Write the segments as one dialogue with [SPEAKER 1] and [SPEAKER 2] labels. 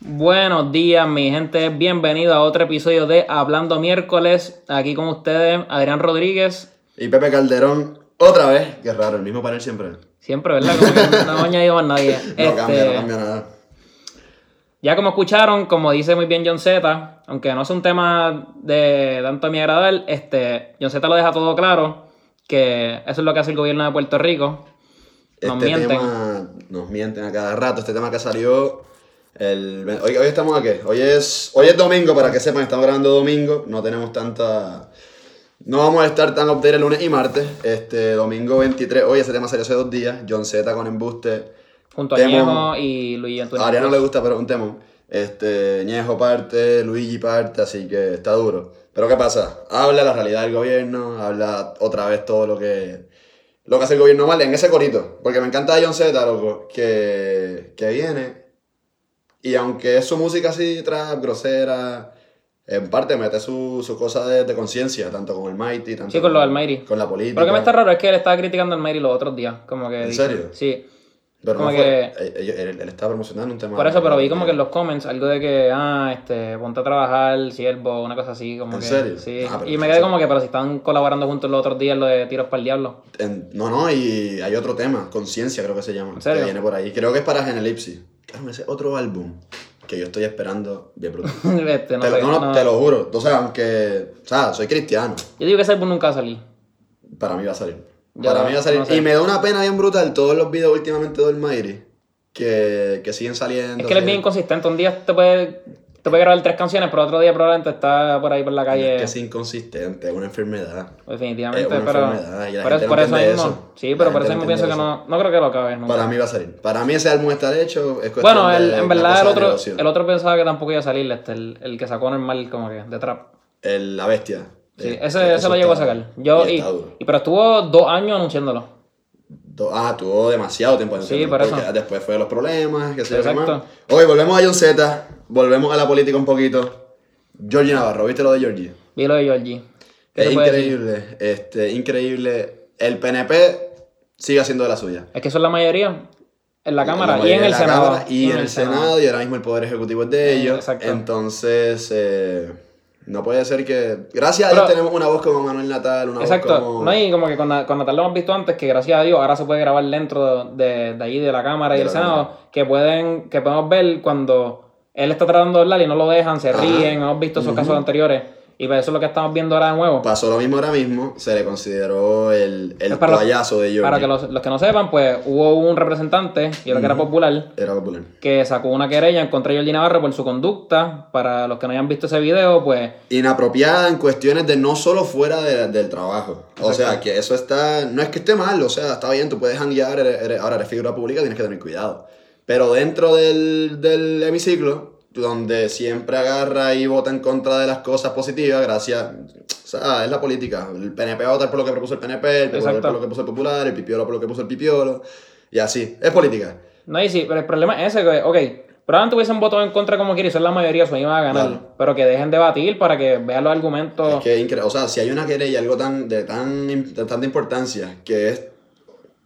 [SPEAKER 1] Buenos días, mi gente. Bienvenido a otro episodio de Hablando Miércoles. Aquí con ustedes, Adrián Rodríguez.
[SPEAKER 2] Y Pepe Calderón, otra vez. Qué raro, el mismo panel siempre.
[SPEAKER 1] Siempre, ¿verdad? Como que no hemos añadido más nadie.
[SPEAKER 2] No
[SPEAKER 1] Este,
[SPEAKER 2] cambia, no cambia nada.
[SPEAKER 1] Ya como escucharon, como dice muy bien John Z, aunque no es un tema de tanto a mi agradar, este, John Z lo deja todo claro, que eso es lo que hace el gobierno de Puerto Rico. Nos
[SPEAKER 2] este
[SPEAKER 1] mienten.
[SPEAKER 2] tema nos mienten a cada rato. Este tema que salió el... ve- Hoy, hoy estamos aquí. Hoy es, hoy es domingo, para que sepan, estamos grabando domingo. No tenemos tanta... No vamos a estar tan update el lunes y martes. Este domingo 23, hoy ese tema salió hace dos días. John Z con embuste.
[SPEAKER 1] Junto a
[SPEAKER 2] Temo-
[SPEAKER 1] Ñejo y Luis Antonio.
[SPEAKER 2] A Ariana le gusta, pero es un tema. Este, Ñejo parte, Luigi parte, así que está duro. Pero ¿qué pasa? Habla la realidad del gobierno, habla otra vez todo lo que, lo que hace el gobierno mal en ese corito. Porque me encanta John Z, loco, que, que viene. Y aunque es su música así, trap, grosera, en parte mete su, su cosa de, de conciencia, tanto con el Mighty, tanto
[SPEAKER 1] Sí, con lo del Mighty.
[SPEAKER 2] Con la política.
[SPEAKER 1] Pero lo que me está raro es que él estaba criticando al Mary los otros días. Como que
[SPEAKER 2] ¿En
[SPEAKER 1] dice-
[SPEAKER 2] serio?
[SPEAKER 1] Sí.
[SPEAKER 2] Pero no
[SPEAKER 1] como
[SPEAKER 2] fue- él, él- él estaba promocionando un tema.
[SPEAKER 1] Por eso, pero vi como que en los comments algo de que, ah, este, ponte a trabajar, siervo, una cosa así, como
[SPEAKER 2] ¿En
[SPEAKER 1] que.
[SPEAKER 2] serio?
[SPEAKER 1] Sí.
[SPEAKER 2] Ah, pero
[SPEAKER 1] y me
[SPEAKER 2] eso-
[SPEAKER 1] quedé como que, pero si están colaborando juntos los otros días, lo de tiros para el diablo.
[SPEAKER 2] En- no, no, y hay otro tema, Conciencia creo que se llama,
[SPEAKER 1] ¿En serio?
[SPEAKER 2] que viene por ahí. Creo que es para Genelipsis. Claro, ese es otro álbum que yo estoy esperando bien brutal.
[SPEAKER 1] Este, no
[SPEAKER 2] te,
[SPEAKER 1] sé,
[SPEAKER 2] lo- no, no,
[SPEAKER 1] no-
[SPEAKER 2] te lo juro. O sea, aunque, o sea, soy cristiano,
[SPEAKER 1] Yo digo que ese álbum nunca va a salir.
[SPEAKER 2] para mí va a salir.
[SPEAKER 1] Ya,
[SPEAKER 2] para mí va a salir.
[SPEAKER 1] no sé.
[SPEAKER 2] Y me da una pena bien brutal todos los videos últimamente de Olmairi que, que siguen saliendo.
[SPEAKER 1] Es que él es bien
[SPEAKER 2] siguen-
[SPEAKER 1] inconsistente. Un día te puede, te puede grabar tres canciones, pero otro día probablemente está por ahí eh. por la calle.
[SPEAKER 2] es que es inconsistente, es una enfermedad.
[SPEAKER 1] Definitivamente,
[SPEAKER 2] Es una
[SPEAKER 1] pero.
[SPEAKER 2] enfermedad, y la
[SPEAKER 1] por
[SPEAKER 2] gente
[SPEAKER 1] eso,
[SPEAKER 2] no
[SPEAKER 1] por eso
[SPEAKER 2] entiende
[SPEAKER 1] mismo.
[SPEAKER 2] eso.
[SPEAKER 1] Sí,
[SPEAKER 2] La
[SPEAKER 1] pero por
[SPEAKER 2] gente
[SPEAKER 1] eso
[SPEAKER 2] no
[SPEAKER 1] mismo pienso que
[SPEAKER 2] entiende
[SPEAKER 1] no, no creo que lo acabes. nunca.
[SPEAKER 2] Para mí va a salir. Para mí ese álbum está hecho. es cuestión
[SPEAKER 1] Bueno, el-
[SPEAKER 2] de
[SPEAKER 1] en
[SPEAKER 2] una
[SPEAKER 1] verdad
[SPEAKER 2] cosa
[SPEAKER 1] el
[SPEAKER 2] de
[SPEAKER 1] otro,
[SPEAKER 2] negocio.
[SPEAKER 1] el otro pensaba que tampoco iba a salir, este, el, el que sacó normal como que de trap.
[SPEAKER 2] El- la bestia.
[SPEAKER 1] Sí,
[SPEAKER 2] Eh,
[SPEAKER 1] ese, ese
[SPEAKER 2] eso
[SPEAKER 1] lo llegó a
[SPEAKER 2] está-
[SPEAKER 1] sacar. Yo, y,
[SPEAKER 2] está duro.
[SPEAKER 1] y- pero estuvo dos años anunciándolo.
[SPEAKER 2] Do- ah, tuvo demasiado tiempo. en
[SPEAKER 1] Sí,
[SPEAKER 2] hacerlo,
[SPEAKER 1] por eso.
[SPEAKER 2] porque Después fue los problemas, qué sé yo qué
[SPEAKER 1] Exacto.
[SPEAKER 2] más. Oye, volvemos a John Z. Volvemos a la política un poquito. Georgie Navarro, ¿viste lo de Georgie?
[SPEAKER 1] Vi lo de Georgie. ¿Qué
[SPEAKER 2] Es
[SPEAKER 1] te puedo decir?
[SPEAKER 2] increíble, este, increíble. El PNP sigue haciendo de la suya.
[SPEAKER 1] Es que son la mayoría en la Cámara y
[SPEAKER 2] mayoría
[SPEAKER 1] en
[SPEAKER 2] de
[SPEAKER 1] el
[SPEAKER 2] la
[SPEAKER 1] Senado.
[SPEAKER 2] Cámara Y en el Senado, y ahora mismo el Poder Ejecutivo es de
[SPEAKER 1] Eh,
[SPEAKER 2] ellos.
[SPEAKER 1] exacto.
[SPEAKER 2] Entonces, eh, no puede ser que. Gracias a
[SPEAKER 1] Pero-
[SPEAKER 2] Dios tenemos una voz como Manuel Natal, una voz
[SPEAKER 1] Exacto,
[SPEAKER 2] como.
[SPEAKER 1] no y como que con, Na- con Natal lo hemos visto antes que gracias a Dios ahora se puede grabar dentro de, de allí de la cámara y
[SPEAKER 2] De
[SPEAKER 1] el
[SPEAKER 2] la
[SPEAKER 1] senado
[SPEAKER 2] Cámara.
[SPEAKER 1] que pueden que podemos ver cuando él está tratando de hablar y no lo dejan, se
[SPEAKER 2] Ajá.
[SPEAKER 1] ríen, hemos visto esos casos anteriores y pues eso es lo que estamos viendo ahora de nuevo.
[SPEAKER 2] Pasó lo mismo ahora mismo, se le consideró el, el
[SPEAKER 1] Es para-
[SPEAKER 2] payaso de Georgie.
[SPEAKER 1] Para que los, los que no sepan, pues hubo un representante, yo creo que era popular,
[SPEAKER 2] Era popular.
[SPEAKER 1] que sacó una querella en contra de Georgie Navarro por su conducta. Para los que no hayan visto ese video, pues
[SPEAKER 2] Inapropiada en cuestiones de no solo fuera de- del trabajo. O sea, que eso está. No es que esté mal, o sea, está bien, tú puedes janguear, eres- eres- ahora eres figura pública, tienes que tener cuidado. Pero dentro del, del hemiciclo, donde siempre agarra y vota en contra de las cosas positivas, gracias. O sea, es la política. El PNP va a votar por lo que propuso el PNP, el Popular
[SPEAKER 1] Exacto.
[SPEAKER 2] por lo que puso el Popular, el Pipiolo por lo que puso el Pipiolo. Y así. Es política.
[SPEAKER 1] no y sí, pero el problema es ese, que, ok, probablemente hubiesen votado en contra como quiera y son la mayoría, eso iban a ganar,
[SPEAKER 2] Claro.
[SPEAKER 1] pero que dejen de batir para que vean los argumentos.
[SPEAKER 2] Es que es incre- O sea, si hay una querella, algo tan, de, tan, im- de tanta importancia, que es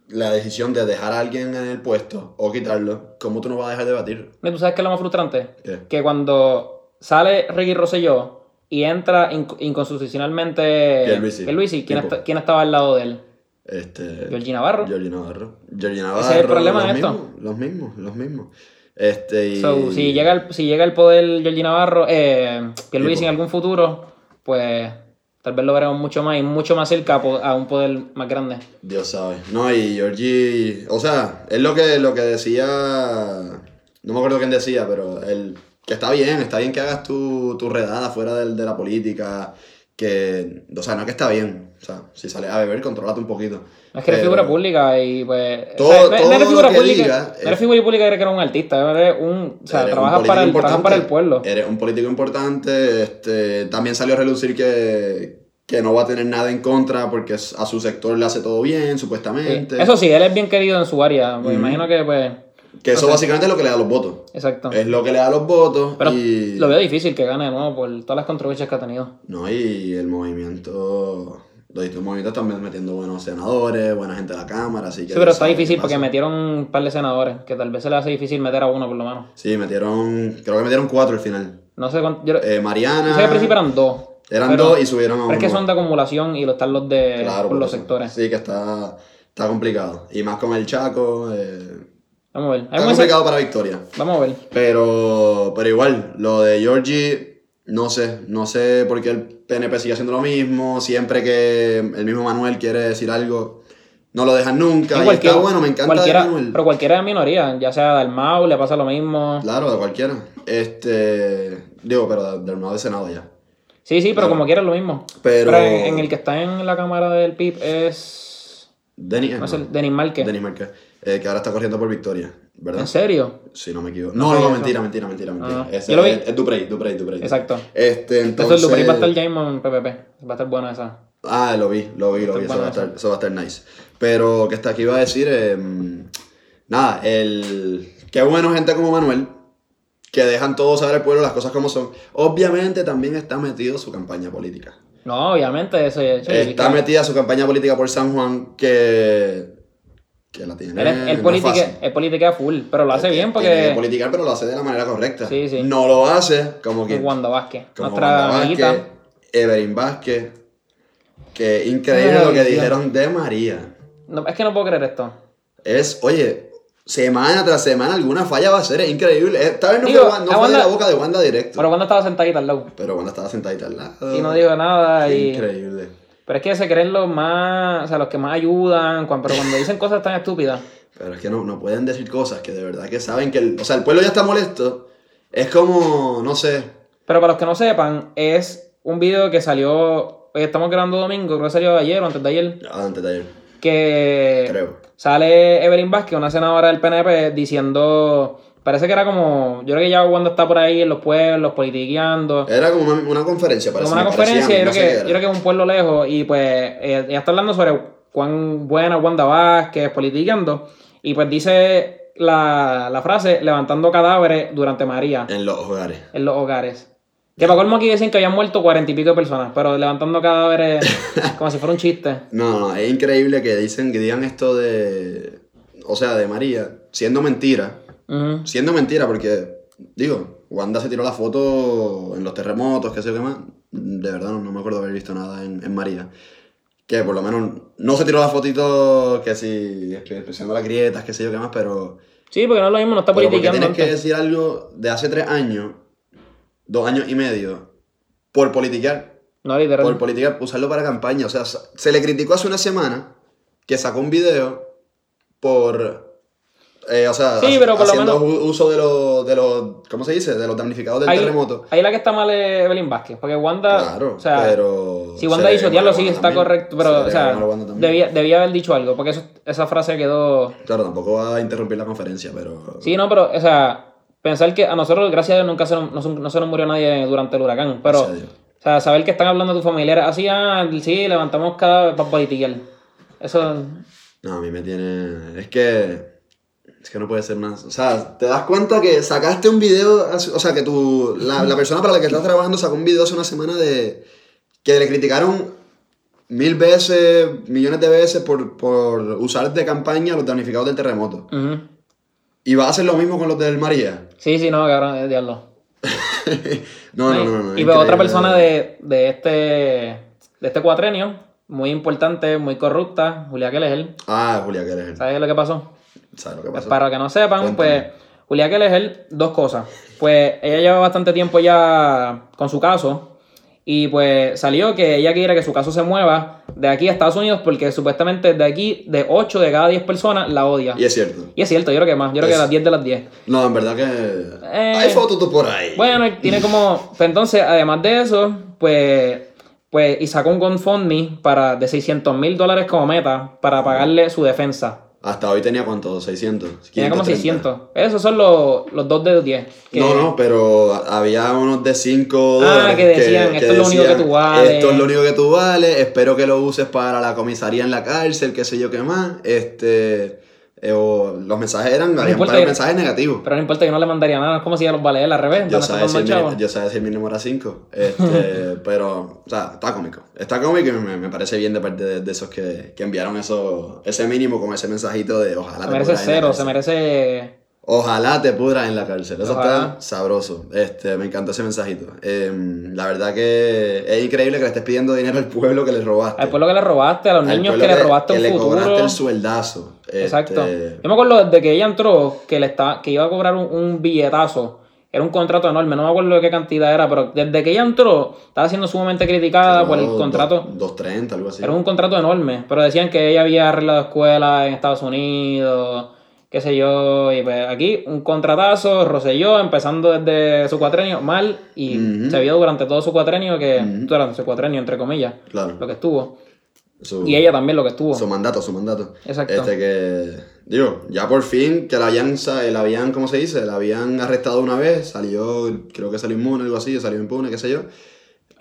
[SPEAKER 2] la decisión de dejar a alguien en el puesto o quitarlo, ¿cómo tú no vas a dejar de batir?
[SPEAKER 1] No, ¿Tú sabes qué es lo más frustrante?
[SPEAKER 2] ¿Qué?
[SPEAKER 1] Que cuando sale Ricky Rosselló y entra inc- inconstitucionalmente
[SPEAKER 2] Pierluisi.
[SPEAKER 1] Pierluisi, ¿quién,
[SPEAKER 2] Tipo.
[SPEAKER 1] está- quién estaba al lado de él?
[SPEAKER 2] Este,
[SPEAKER 1] Georgie Navarro.
[SPEAKER 2] Georgie Navarro. Georgie Navarro.
[SPEAKER 1] es el problema
[SPEAKER 2] los
[SPEAKER 1] de esto.
[SPEAKER 2] Mismos, los mismos, los mismos. Este, y...
[SPEAKER 1] So, si llega el, si llega el poder Georgie Navarro, eh, Pierluisi
[SPEAKER 2] Tipo.
[SPEAKER 1] en algún futuro, pues tal vez lo veremos mucho más y mucho más cerca a po- a un poder más grande.
[SPEAKER 2] Dios sabe. No, y Georgie. O sea, es lo que, lo que decía. No me acuerdo quién decía, pero el, que está bien, está bien que hagas tu, tu redada fuera del- de, la política. Que. O sea, no que está bien. O sea, si sales a beber, controlate un poquito.
[SPEAKER 1] No es que eres
[SPEAKER 2] Pero-
[SPEAKER 1] figura pública y pues.
[SPEAKER 2] Todo-
[SPEAKER 1] o sea, no-
[SPEAKER 2] todo
[SPEAKER 1] no
[SPEAKER 2] lo
[SPEAKER 1] eres figura
[SPEAKER 2] que
[SPEAKER 1] pública.
[SPEAKER 2] diga
[SPEAKER 1] no eres
[SPEAKER 2] es-
[SPEAKER 1] figura pública, eres que eres un artista, eres un. O sea, trabajas
[SPEAKER 2] Eres un político
[SPEAKER 1] para, el, trabajas
[SPEAKER 2] importante,
[SPEAKER 1] para el pueblo.
[SPEAKER 2] Eres un político importante. Este, también salió a relucir que, que no va a tener nada en contra porque a su sector le hace todo bien,
[SPEAKER 1] Sí.
[SPEAKER 2] supuestamente.
[SPEAKER 1] Eh, Eso sí, él es bien querido en su área. pues,
[SPEAKER 2] Ujú.
[SPEAKER 1] Imagino que, pues.
[SPEAKER 2] Que
[SPEAKER 1] o
[SPEAKER 2] eso
[SPEAKER 1] sea-
[SPEAKER 2] básicamente es lo que le da los votos.
[SPEAKER 1] Exacto.
[SPEAKER 2] Es lo que le da los votos.
[SPEAKER 1] Pero
[SPEAKER 2] Eh, y...
[SPEAKER 1] lo veo difícil que gane de nuevo por todas las controversias que ha tenido.
[SPEAKER 2] No, y el movimiento. los distintos movimientos están metiendo buenos senadores, buena gente a la Cámara, así que...
[SPEAKER 1] Sí, pero
[SPEAKER 2] ya
[SPEAKER 1] está
[SPEAKER 2] saben qué
[SPEAKER 1] difícil porque
[SPEAKER 2] pasa.
[SPEAKER 1] metieron un par de senadores, que tal vez se le hace difícil meter a uno por lo menos.
[SPEAKER 2] Sí, metieron, creo que metieron cuatro al final.
[SPEAKER 1] No sé cuánto. Yo,
[SPEAKER 2] Eh,
[SPEAKER 1] yo
[SPEAKER 2] Mariana...
[SPEAKER 1] sé que al principio eran dos.
[SPEAKER 2] Eran
[SPEAKER 1] pero-
[SPEAKER 2] dos y subieron a
[SPEAKER 1] Pero
[SPEAKER 2] uno.
[SPEAKER 1] es que son de acumulación y lo están los de
[SPEAKER 2] Ah, Claro,
[SPEAKER 1] por los
[SPEAKER 2] eso.
[SPEAKER 1] sectores.
[SPEAKER 2] Sí, que está, está complicado. Y más con el Chaco. eh,
[SPEAKER 1] Vamos a ver. Hay
[SPEAKER 2] está
[SPEAKER 1] un ese-
[SPEAKER 2] complicado para Victoria.
[SPEAKER 1] Vamos a ver.
[SPEAKER 2] Pero, pero igual, lo de Georgie, no sé, no sé por qué el PNP sigue haciendo lo mismo. Siempre que el mismo Manuel quiere decir algo, no lo dejan nunca. Y
[SPEAKER 1] cualquier-
[SPEAKER 2] está bueno, me encanta
[SPEAKER 1] cualquiera,
[SPEAKER 2] de Manuel.
[SPEAKER 1] Pero cualquiera de minoría, ya sea Dalmau, le pasa lo mismo.
[SPEAKER 2] Claro, de cualquiera. Este, digo, pero del nuevo de Senado ya.
[SPEAKER 1] Sí, sí, pero
[SPEAKER 2] Claro.
[SPEAKER 1] como quiera es lo mismo.
[SPEAKER 2] Pero-
[SPEAKER 1] en, en el que está en la cámara del PIB es.
[SPEAKER 2] Denis,
[SPEAKER 1] No
[SPEAKER 2] eh, no,
[SPEAKER 1] sé, Denis Márquez.
[SPEAKER 2] Denis Márquez, eh, que ahora está corriendo por Victoria, ¿verdad?
[SPEAKER 1] ¿En serio?
[SPEAKER 2] Si no me equivoco. No, no,
[SPEAKER 1] sabía
[SPEAKER 2] mentira, mentira, mentira, mentira.
[SPEAKER 1] Ah.
[SPEAKER 2] Ese
[SPEAKER 1] Yo lo vi.
[SPEAKER 2] Es, es Duprey, Duprey, Duprey.
[SPEAKER 1] Exacto.
[SPEAKER 2] Este,
[SPEAKER 1] Eso
[SPEAKER 2] entonces...
[SPEAKER 1] es Lupari va a estar ya mismo en PPP. Va a estar buena esa.
[SPEAKER 2] Ah, lo vi, lo vi,
[SPEAKER 1] Está
[SPEAKER 2] lo vi. Eso va, a
[SPEAKER 1] bueno
[SPEAKER 2] estar, eso va a estar nice. Pero que está aquí iba a decir, eh, nada, el... Qué bueno gente como Manuel, que dejan todo saber al pueblo las cosas como son. Obviamente también está metido su campaña política.
[SPEAKER 1] No, obviamente, ese. sí,
[SPEAKER 2] está
[SPEAKER 1] claro.
[SPEAKER 2] metida su campaña política por San Juan, que... Que la tiene...
[SPEAKER 1] Él, es-
[SPEAKER 2] eh, no es
[SPEAKER 1] él politique-
[SPEAKER 2] fácil.
[SPEAKER 1] él politica full, pero lo hace bien
[SPEAKER 2] Tiene que
[SPEAKER 1] porque.
[SPEAKER 2] politicar, pero lo hace de la manera correcta.
[SPEAKER 1] Sí, sí.
[SPEAKER 2] No lo hace como que...
[SPEAKER 1] Es Wanda Vázquez.
[SPEAKER 2] como
[SPEAKER 1] nuestra
[SPEAKER 2] Wanda
[SPEAKER 1] amiguita.
[SPEAKER 2] Vázquez, Everin Vázquez. Que increíble
[SPEAKER 1] Ay,
[SPEAKER 2] lo que
[SPEAKER 1] Dios.
[SPEAKER 2] dijeron de María.
[SPEAKER 1] No, es que no puedo creer esto.
[SPEAKER 2] Es, oye, semana tras semana alguna falla va a ser, es increíble. Eh, Tal vez no,
[SPEAKER 1] Digo,
[SPEAKER 2] fue, Wan- no
[SPEAKER 1] a
[SPEAKER 2] fue de la
[SPEAKER 1] Wanda-
[SPEAKER 2] boca de Wanda directo.
[SPEAKER 1] Pero cuando estaba sentadita al lado.
[SPEAKER 2] pero Wanda estaba sentadita al lado.
[SPEAKER 1] Y no dijo nada.
[SPEAKER 2] Qué
[SPEAKER 1] Y...
[SPEAKER 2] Increíble.
[SPEAKER 1] Pero es que se creen los más. O sea, los que más ayudan. cuan- pero cuando dicen cosas tan estúpidas.
[SPEAKER 2] Pero es que no, no pueden decir cosas que de verdad que saben que el, o sea, el pueblo ya está molesto. Es como, no sé,
[SPEAKER 1] Pero para los que no sepan, es un video que salió. hoy estamos grabando domingo, creo que salió ayer o antes de ayer.
[SPEAKER 2] antes de ayer,
[SPEAKER 1] Que.
[SPEAKER 2] creo.
[SPEAKER 1] Sale Evelyn Vázquez, una senadora del PNP, diciendo. Parece que era como. Yo creo que ya cuando está por ahí en los pueblos, politiqueando.
[SPEAKER 2] Era como una, una conferencia, parece.
[SPEAKER 1] Como una
[SPEAKER 2] me parecía a
[SPEAKER 1] conferencia,
[SPEAKER 2] mí,
[SPEAKER 1] yo,
[SPEAKER 2] no
[SPEAKER 1] creo
[SPEAKER 2] sé
[SPEAKER 1] que,
[SPEAKER 2] qué
[SPEAKER 1] yo
[SPEAKER 2] era.
[SPEAKER 1] creo que es un pueblo lejos. Y pues eh, ella está hablando sobre cuán buena Wanda Vázquez, politiqueando. Y pues dice la, la frase, levantando cadáveres durante María
[SPEAKER 2] En los hogares.
[SPEAKER 1] en los hogares. Que para colmo aquí dicen que habían muerto cuarenta y pico de personas, pero levantando cadáveres como si fuera un chiste.
[SPEAKER 2] No, no, es increíble que dicen que digan esto de. O sea, de María, siendo mentira.
[SPEAKER 1] Ujú.
[SPEAKER 2] Siendo mentira, porque, digo, Wanda se tiró la foto en los terremotos, qué sé yo qué más. De verdad, no, no me acuerdo haber visto nada en, en María. Que por lo menos no se tiró la fotito que si estoy expresando las grietas, qué sé yo qué más, pero.
[SPEAKER 1] Sí, porque no es lo mismo, no está
[SPEAKER 2] Pero porque
[SPEAKER 1] politiqueando.
[SPEAKER 2] tienes que
[SPEAKER 1] antes.
[SPEAKER 2] decir algo de hace tres años, dos años y medio, por politiquear
[SPEAKER 1] No, literal.
[SPEAKER 2] por política, usarlo para campaña. O sea, sa- se le criticó hace una semana que sacó un video por. eh, o sea,
[SPEAKER 1] Sí,
[SPEAKER 2] haci-
[SPEAKER 1] pero por lo
[SPEAKER 2] haciendo u- uso de los, de los. ¿Cómo se dice? De los damnificados del
[SPEAKER 1] ahí,
[SPEAKER 2] terremoto.
[SPEAKER 1] ahí la que está mal es Evelyn Vázquez, porque Wanda.
[SPEAKER 2] Claro,
[SPEAKER 1] o sea,
[SPEAKER 2] pero.
[SPEAKER 1] si Wanda
[SPEAKER 2] se le
[SPEAKER 1] dicho,
[SPEAKER 2] ganó
[SPEAKER 1] diablo,
[SPEAKER 2] la
[SPEAKER 1] sí,
[SPEAKER 2] Wanda
[SPEAKER 1] está
[SPEAKER 2] también.
[SPEAKER 1] correcto,
[SPEAKER 2] Se
[SPEAKER 1] pero,
[SPEAKER 2] le
[SPEAKER 1] o sea,
[SPEAKER 2] ganó la Wanda también.
[SPEAKER 1] debía, debía haber dicho algo, porque eso- esa frase quedó.
[SPEAKER 2] Claro, tampoco va a interrumpir la conferencia, pero.
[SPEAKER 1] Sí, no, pero, o sea, pensar que a nosotros, gracias a Dios, nunca se nos, no se- no se nos murió nadie durante el huracán, pero.
[SPEAKER 2] Gracias a Dios.
[SPEAKER 1] O sea, saber que están hablando tus familiares, así, ah, sí, levantamos cada para politiquear. Eso.
[SPEAKER 2] No, a mí me tiene. Es que. Es que no puede ser más. O sea, te das cuenta que sacaste un video. hace- O sea, que tú. La, la persona para la que estás trabajando sacó un video hace una semana de. Que le criticaron mil veces, millones de veces por, por usar de campaña a los damnificados del terremoto.
[SPEAKER 1] ujú.
[SPEAKER 2] Y va a hacer lo mismo con los del María.
[SPEAKER 1] Sí, sí, no, cabrón, eh, diablo.
[SPEAKER 2] No, no, no. no,
[SPEAKER 1] y veo otra
[SPEAKER 2] increíble.
[SPEAKER 1] persona de, de este de este cuatrenio, muy importante, muy corrupta, Julia Kelegel.
[SPEAKER 2] Ah, Julia, que eres.
[SPEAKER 1] ¿Sabes lo que pasó?
[SPEAKER 2] ¿Sabes lo que
[SPEAKER 1] Pues
[SPEAKER 2] pasó?
[SPEAKER 1] para los que no sepan,
[SPEAKER 2] Cuéntame.
[SPEAKER 1] pues Julia Kelegel, dos cosas. Pues ella lleva bastante tiempo ya con su caso y pues salió que ella quiere que su caso se mueva de aquí a Estados Unidos porque supuestamente de aquí, de 8 de cada 10 personas la odia.
[SPEAKER 2] Y es cierto.
[SPEAKER 1] Y es cierto, yo creo que más, yo creo que
[SPEAKER 2] Es-
[SPEAKER 1] las 10 de las 10.
[SPEAKER 2] No, en verdad que.
[SPEAKER 1] Eh.
[SPEAKER 2] Hay fotos tú por ahí.
[SPEAKER 1] Bueno, él tiene como. pues Entonces, además de eso, pues. Pues, y sacó un GoFundMe para, de 600 mil dólares como meta para pagarle su defensa.
[SPEAKER 2] Hasta hoy tenía cuánto? 600.
[SPEAKER 1] Tiene como 600.
[SPEAKER 2] 530.
[SPEAKER 1] Esos son los, los dos de 10. que-
[SPEAKER 2] No, no, pero había unos de 5
[SPEAKER 1] Ah,
[SPEAKER 2] dólares.
[SPEAKER 1] que decían, "Esto es lo único que tú vales".
[SPEAKER 2] Esto es lo único que tú vales, espero que lo uses para la comisaría en la cárcel, qué sé yo qué más. Este, eh, o los mensajes eran, habían
[SPEAKER 1] importa
[SPEAKER 2] varios
[SPEAKER 1] que-
[SPEAKER 2] mensajes negativos.
[SPEAKER 1] Pero no importa, yo no le mandaría nada, es como si ya los vale él al revés.
[SPEAKER 2] Yo
[SPEAKER 1] van a
[SPEAKER 2] sabía,
[SPEAKER 1] estar con
[SPEAKER 2] decir
[SPEAKER 1] más
[SPEAKER 2] mi,
[SPEAKER 1] chavos.
[SPEAKER 2] yo sabía decir mi número 5. Este, pero, o sea, está cómico. Está cómico y me, me parece bien de parte de, de esos que, que enviaron eso, ese mínimo con ese mensajito de ojalá
[SPEAKER 1] Se
[SPEAKER 2] te
[SPEAKER 1] merece
[SPEAKER 2] pudras en la
[SPEAKER 1] cero, se
[SPEAKER 2] cárcel.
[SPEAKER 1] merece.
[SPEAKER 2] Ojalá te pudras en la cárcel. Eso
[SPEAKER 1] Ojalá.
[SPEAKER 2] está sabroso. Este, me encantó ese mensajito. Em, la verdad que es increíble que le estés pidiendo dinero al pueblo que le robaste.
[SPEAKER 1] Al pueblo que le robaste, a los
[SPEAKER 2] Al
[SPEAKER 1] niños
[SPEAKER 2] pueblo
[SPEAKER 1] que le robaste
[SPEAKER 2] que
[SPEAKER 1] un
[SPEAKER 2] le
[SPEAKER 1] futuro.
[SPEAKER 2] cobraste el sueldazo. Este,
[SPEAKER 1] Exacto. Yo me acuerdo desde que ella entró que le estaba, que iba a cobrar un, un billetazo. Era un contrato enorme, no me acuerdo de qué cantidad era, pero desde que ella entró estaba siendo sumamente criticada por el
[SPEAKER 2] dos-
[SPEAKER 1] contrato.
[SPEAKER 2] 2.30, algo así.
[SPEAKER 1] Era un contrato enorme, pero decían que ella había arreglado escuelas en Estados Unidos, qué sé yo, y pues aquí un contratazo, Roselló, empezando desde su cuatrenio, mal, y
[SPEAKER 2] Ujú.
[SPEAKER 1] se vio durante todo su cuatrenio, que
[SPEAKER 2] Ujú.
[SPEAKER 1] durante su cuatrenio, entre comillas,
[SPEAKER 2] Claro.
[SPEAKER 1] lo que estuvo,
[SPEAKER 2] Su-
[SPEAKER 1] y ella también lo que estuvo.
[SPEAKER 2] Su mandato, su mandato.
[SPEAKER 1] Exacto.
[SPEAKER 2] Este que, digo, ya por fin que la habían, sa- la habían, ¿cómo se dice? La habían arrestado una vez, salió, creo que salió inmune, algo así, salió impune, qué sé yo.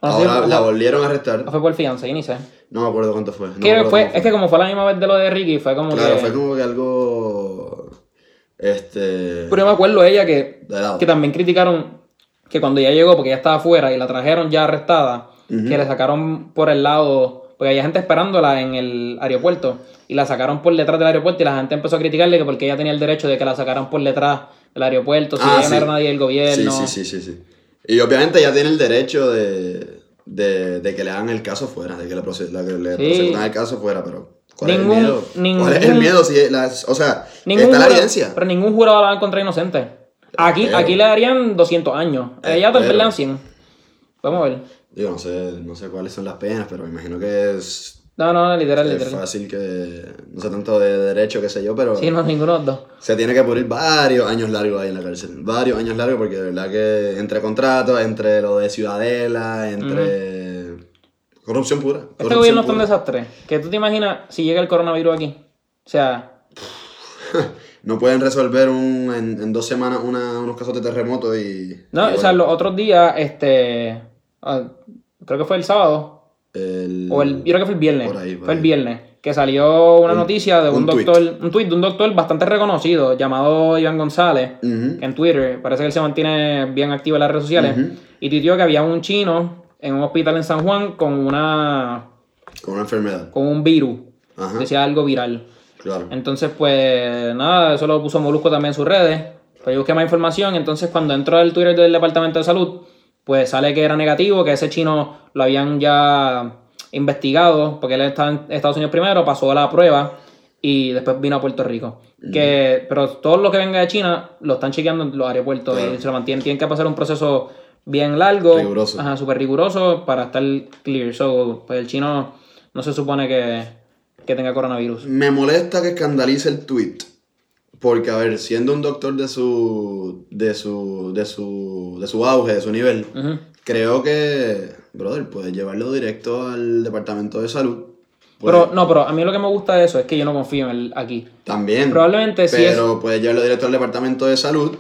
[SPEAKER 1] No sé,
[SPEAKER 2] Ahora
[SPEAKER 1] fue-
[SPEAKER 2] la volvieron a arrestar.
[SPEAKER 1] no fue por fianza, yo ni sé.
[SPEAKER 2] No me acuerdo cuánto fue. no me
[SPEAKER 1] Que
[SPEAKER 2] acuerdo
[SPEAKER 1] fue-
[SPEAKER 2] cómo fue.
[SPEAKER 1] Es que como fue la misma vez de lo de Ricky, fue como
[SPEAKER 2] Claro,
[SPEAKER 1] que...
[SPEAKER 2] fue como que algo. Este.
[SPEAKER 1] Pero yo me acuerdo ella que
[SPEAKER 2] de lado.
[SPEAKER 1] que también criticaron que cuando ella llegó, porque ella estaba afuera y la trajeron ya arrestada, que la sacaron por el lado, porque había gente esperándola en el aeropuerto, y la sacaron por detrás del aeropuerto y la gente empezó a criticarle que porque ella tenía el derecho de que la sacaran por detrás del aeropuerto, si
[SPEAKER 2] Ah,
[SPEAKER 1] ella no
[SPEAKER 2] sí.
[SPEAKER 1] era nadie del
[SPEAKER 2] Sí,
[SPEAKER 1] gobierno.
[SPEAKER 2] sí, sí, sí, sí. Y obviamente ella tiene el derecho de, de, de que le hagan el caso fuera, de que le, proce- la- que le
[SPEAKER 1] Sí.
[SPEAKER 2] procedan el caso fuera, pero ¿cuál
[SPEAKER 1] Ningún-
[SPEAKER 2] es el miedo? ¿Cuál es el
[SPEAKER 1] ningún-
[SPEAKER 2] miedo? Si las, o sea,
[SPEAKER 1] Ningún
[SPEAKER 2] está la
[SPEAKER 1] jurado-
[SPEAKER 2] evidencia.
[SPEAKER 1] Pero ningún jurado la va a encontrar inocente. Aquí,
[SPEAKER 2] Espero.
[SPEAKER 1] aquí le darían 200 años. A Ella también
[SPEAKER 2] Espero.
[SPEAKER 1] le dan 100. Vamos a ver.
[SPEAKER 2] Digo, no sé, no sé cuáles son las penas, pero me imagino que es,
[SPEAKER 1] No, no, literal,
[SPEAKER 2] es
[SPEAKER 1] literal.
[SPEAKER 2] fácil que, no sé tanto de derecho, qué sé yo, pero
[SPEAKER 1] Sí, no, ninguno de los dos.
[SPEAKER 2] se tiene que poner varios años largos ahí en la cárcel. Varios años largos porque de verdad que entre contratos, entre lo de Ciudadela, entre... Corrupción pura.
[SPEAKER 1] Este
[SPEAKER 2] corrupción
[SPEAKER 1] gobierno es
[SPEAKER 2] pura.
[SPEAKER 1] un desastre. Que tú te imaginas si llega el coronavirus aquí. O sea,
[SPEAKER 2] No pueden resolver un, en, en dos semanas una- unos casos de terremoto y.
[SPEAKER 1] no,
[SPEAKER 2] y
[SPEAKER 1] o sea,
[SPEAKER 2] bueno,
[SPEAKER 1] los otros días, este. ah, creo que fue el sábado.
[SPEAKER 2] el-
[SPEAKER 1] O el. Yo creo que fue el viernes.
[SPEAKER 2] Por ahí, por
[SPEAKER 1] fue el
[SPEAKER 2] ahí.
[SPEAKER 1] viernes. Que salió una
[SPEAKER 2] Un-
[SPEAKER 1] noticia de un,
[SPEAKER 2] un tuit.
[SPEAKER 1] doctor. Un tuit de un doctor bastante reconocido llamado Iván González.
[SPEAKER 2] Ujú.
[SPEAKER 1] que en Twitter, parece que él se mantiene bien activo en las redes sociales,
[SPEAKER 2] Ujú.
[SPEAKER 1] y tuiteó que había un chino en un hospital en San Juan con una
[SPEAKER 2] Con una enfermedad.
[SPEAKER 1] con un virus,
[SPEAKER 2] Ajá.
[SPEAKER 1] decía algo viral.
[SPEAKER 2] Claro.
[SPEAKER 1] Entonces, pues nada, eso lo puso Molusco también en sus redes, pues yo busqué más información, entonces cuando entró al Twitter del Departamento de Salud, pues sale que era negativo, que ese chino lo habían ya investigado, porque él estaba en Estados Unidos primero, pasó la prueba y después vino a Puerto Rico.
[SPEAKER 2] Mm.
[SPEAKER 1] Que, pero todo lo que venga de China lo están chequeando en los aeropuertos
[SPEAKER 2] Claro.
[SPEAKER 1] y se lo mantienen. Tienen que pasar un proceso bien largo,
[SPEAKER 2] Riguroso.
[SPEAKER 1] ajá, súper riguroso para estar clear. So, pues el chino no se supone que, que tenga coronavirus.
[SPEAKER 2] Me molesta que escandalice el tweet. Porque, a ver, siendo un doctor de su. de su. de su. de su auge, de su nivel,
[SPEAKER 1] Ujú.
[SPEAKER 2] creo que. Brother, puedes llevarlo directo al departamento de salud. Pues,
[SPEAKER 1] Pero
[SPEAKER 2] Puedes-
[SPEAKER 1] no, pero a mí lo que me gusta de eso es que yo no confío en él aquí.
[SPEAKER 2] También.
[SPEAKER 1] Probablemente si es-
[SPEAKER 2] Pero puedes llevarlo directo al departamento de salud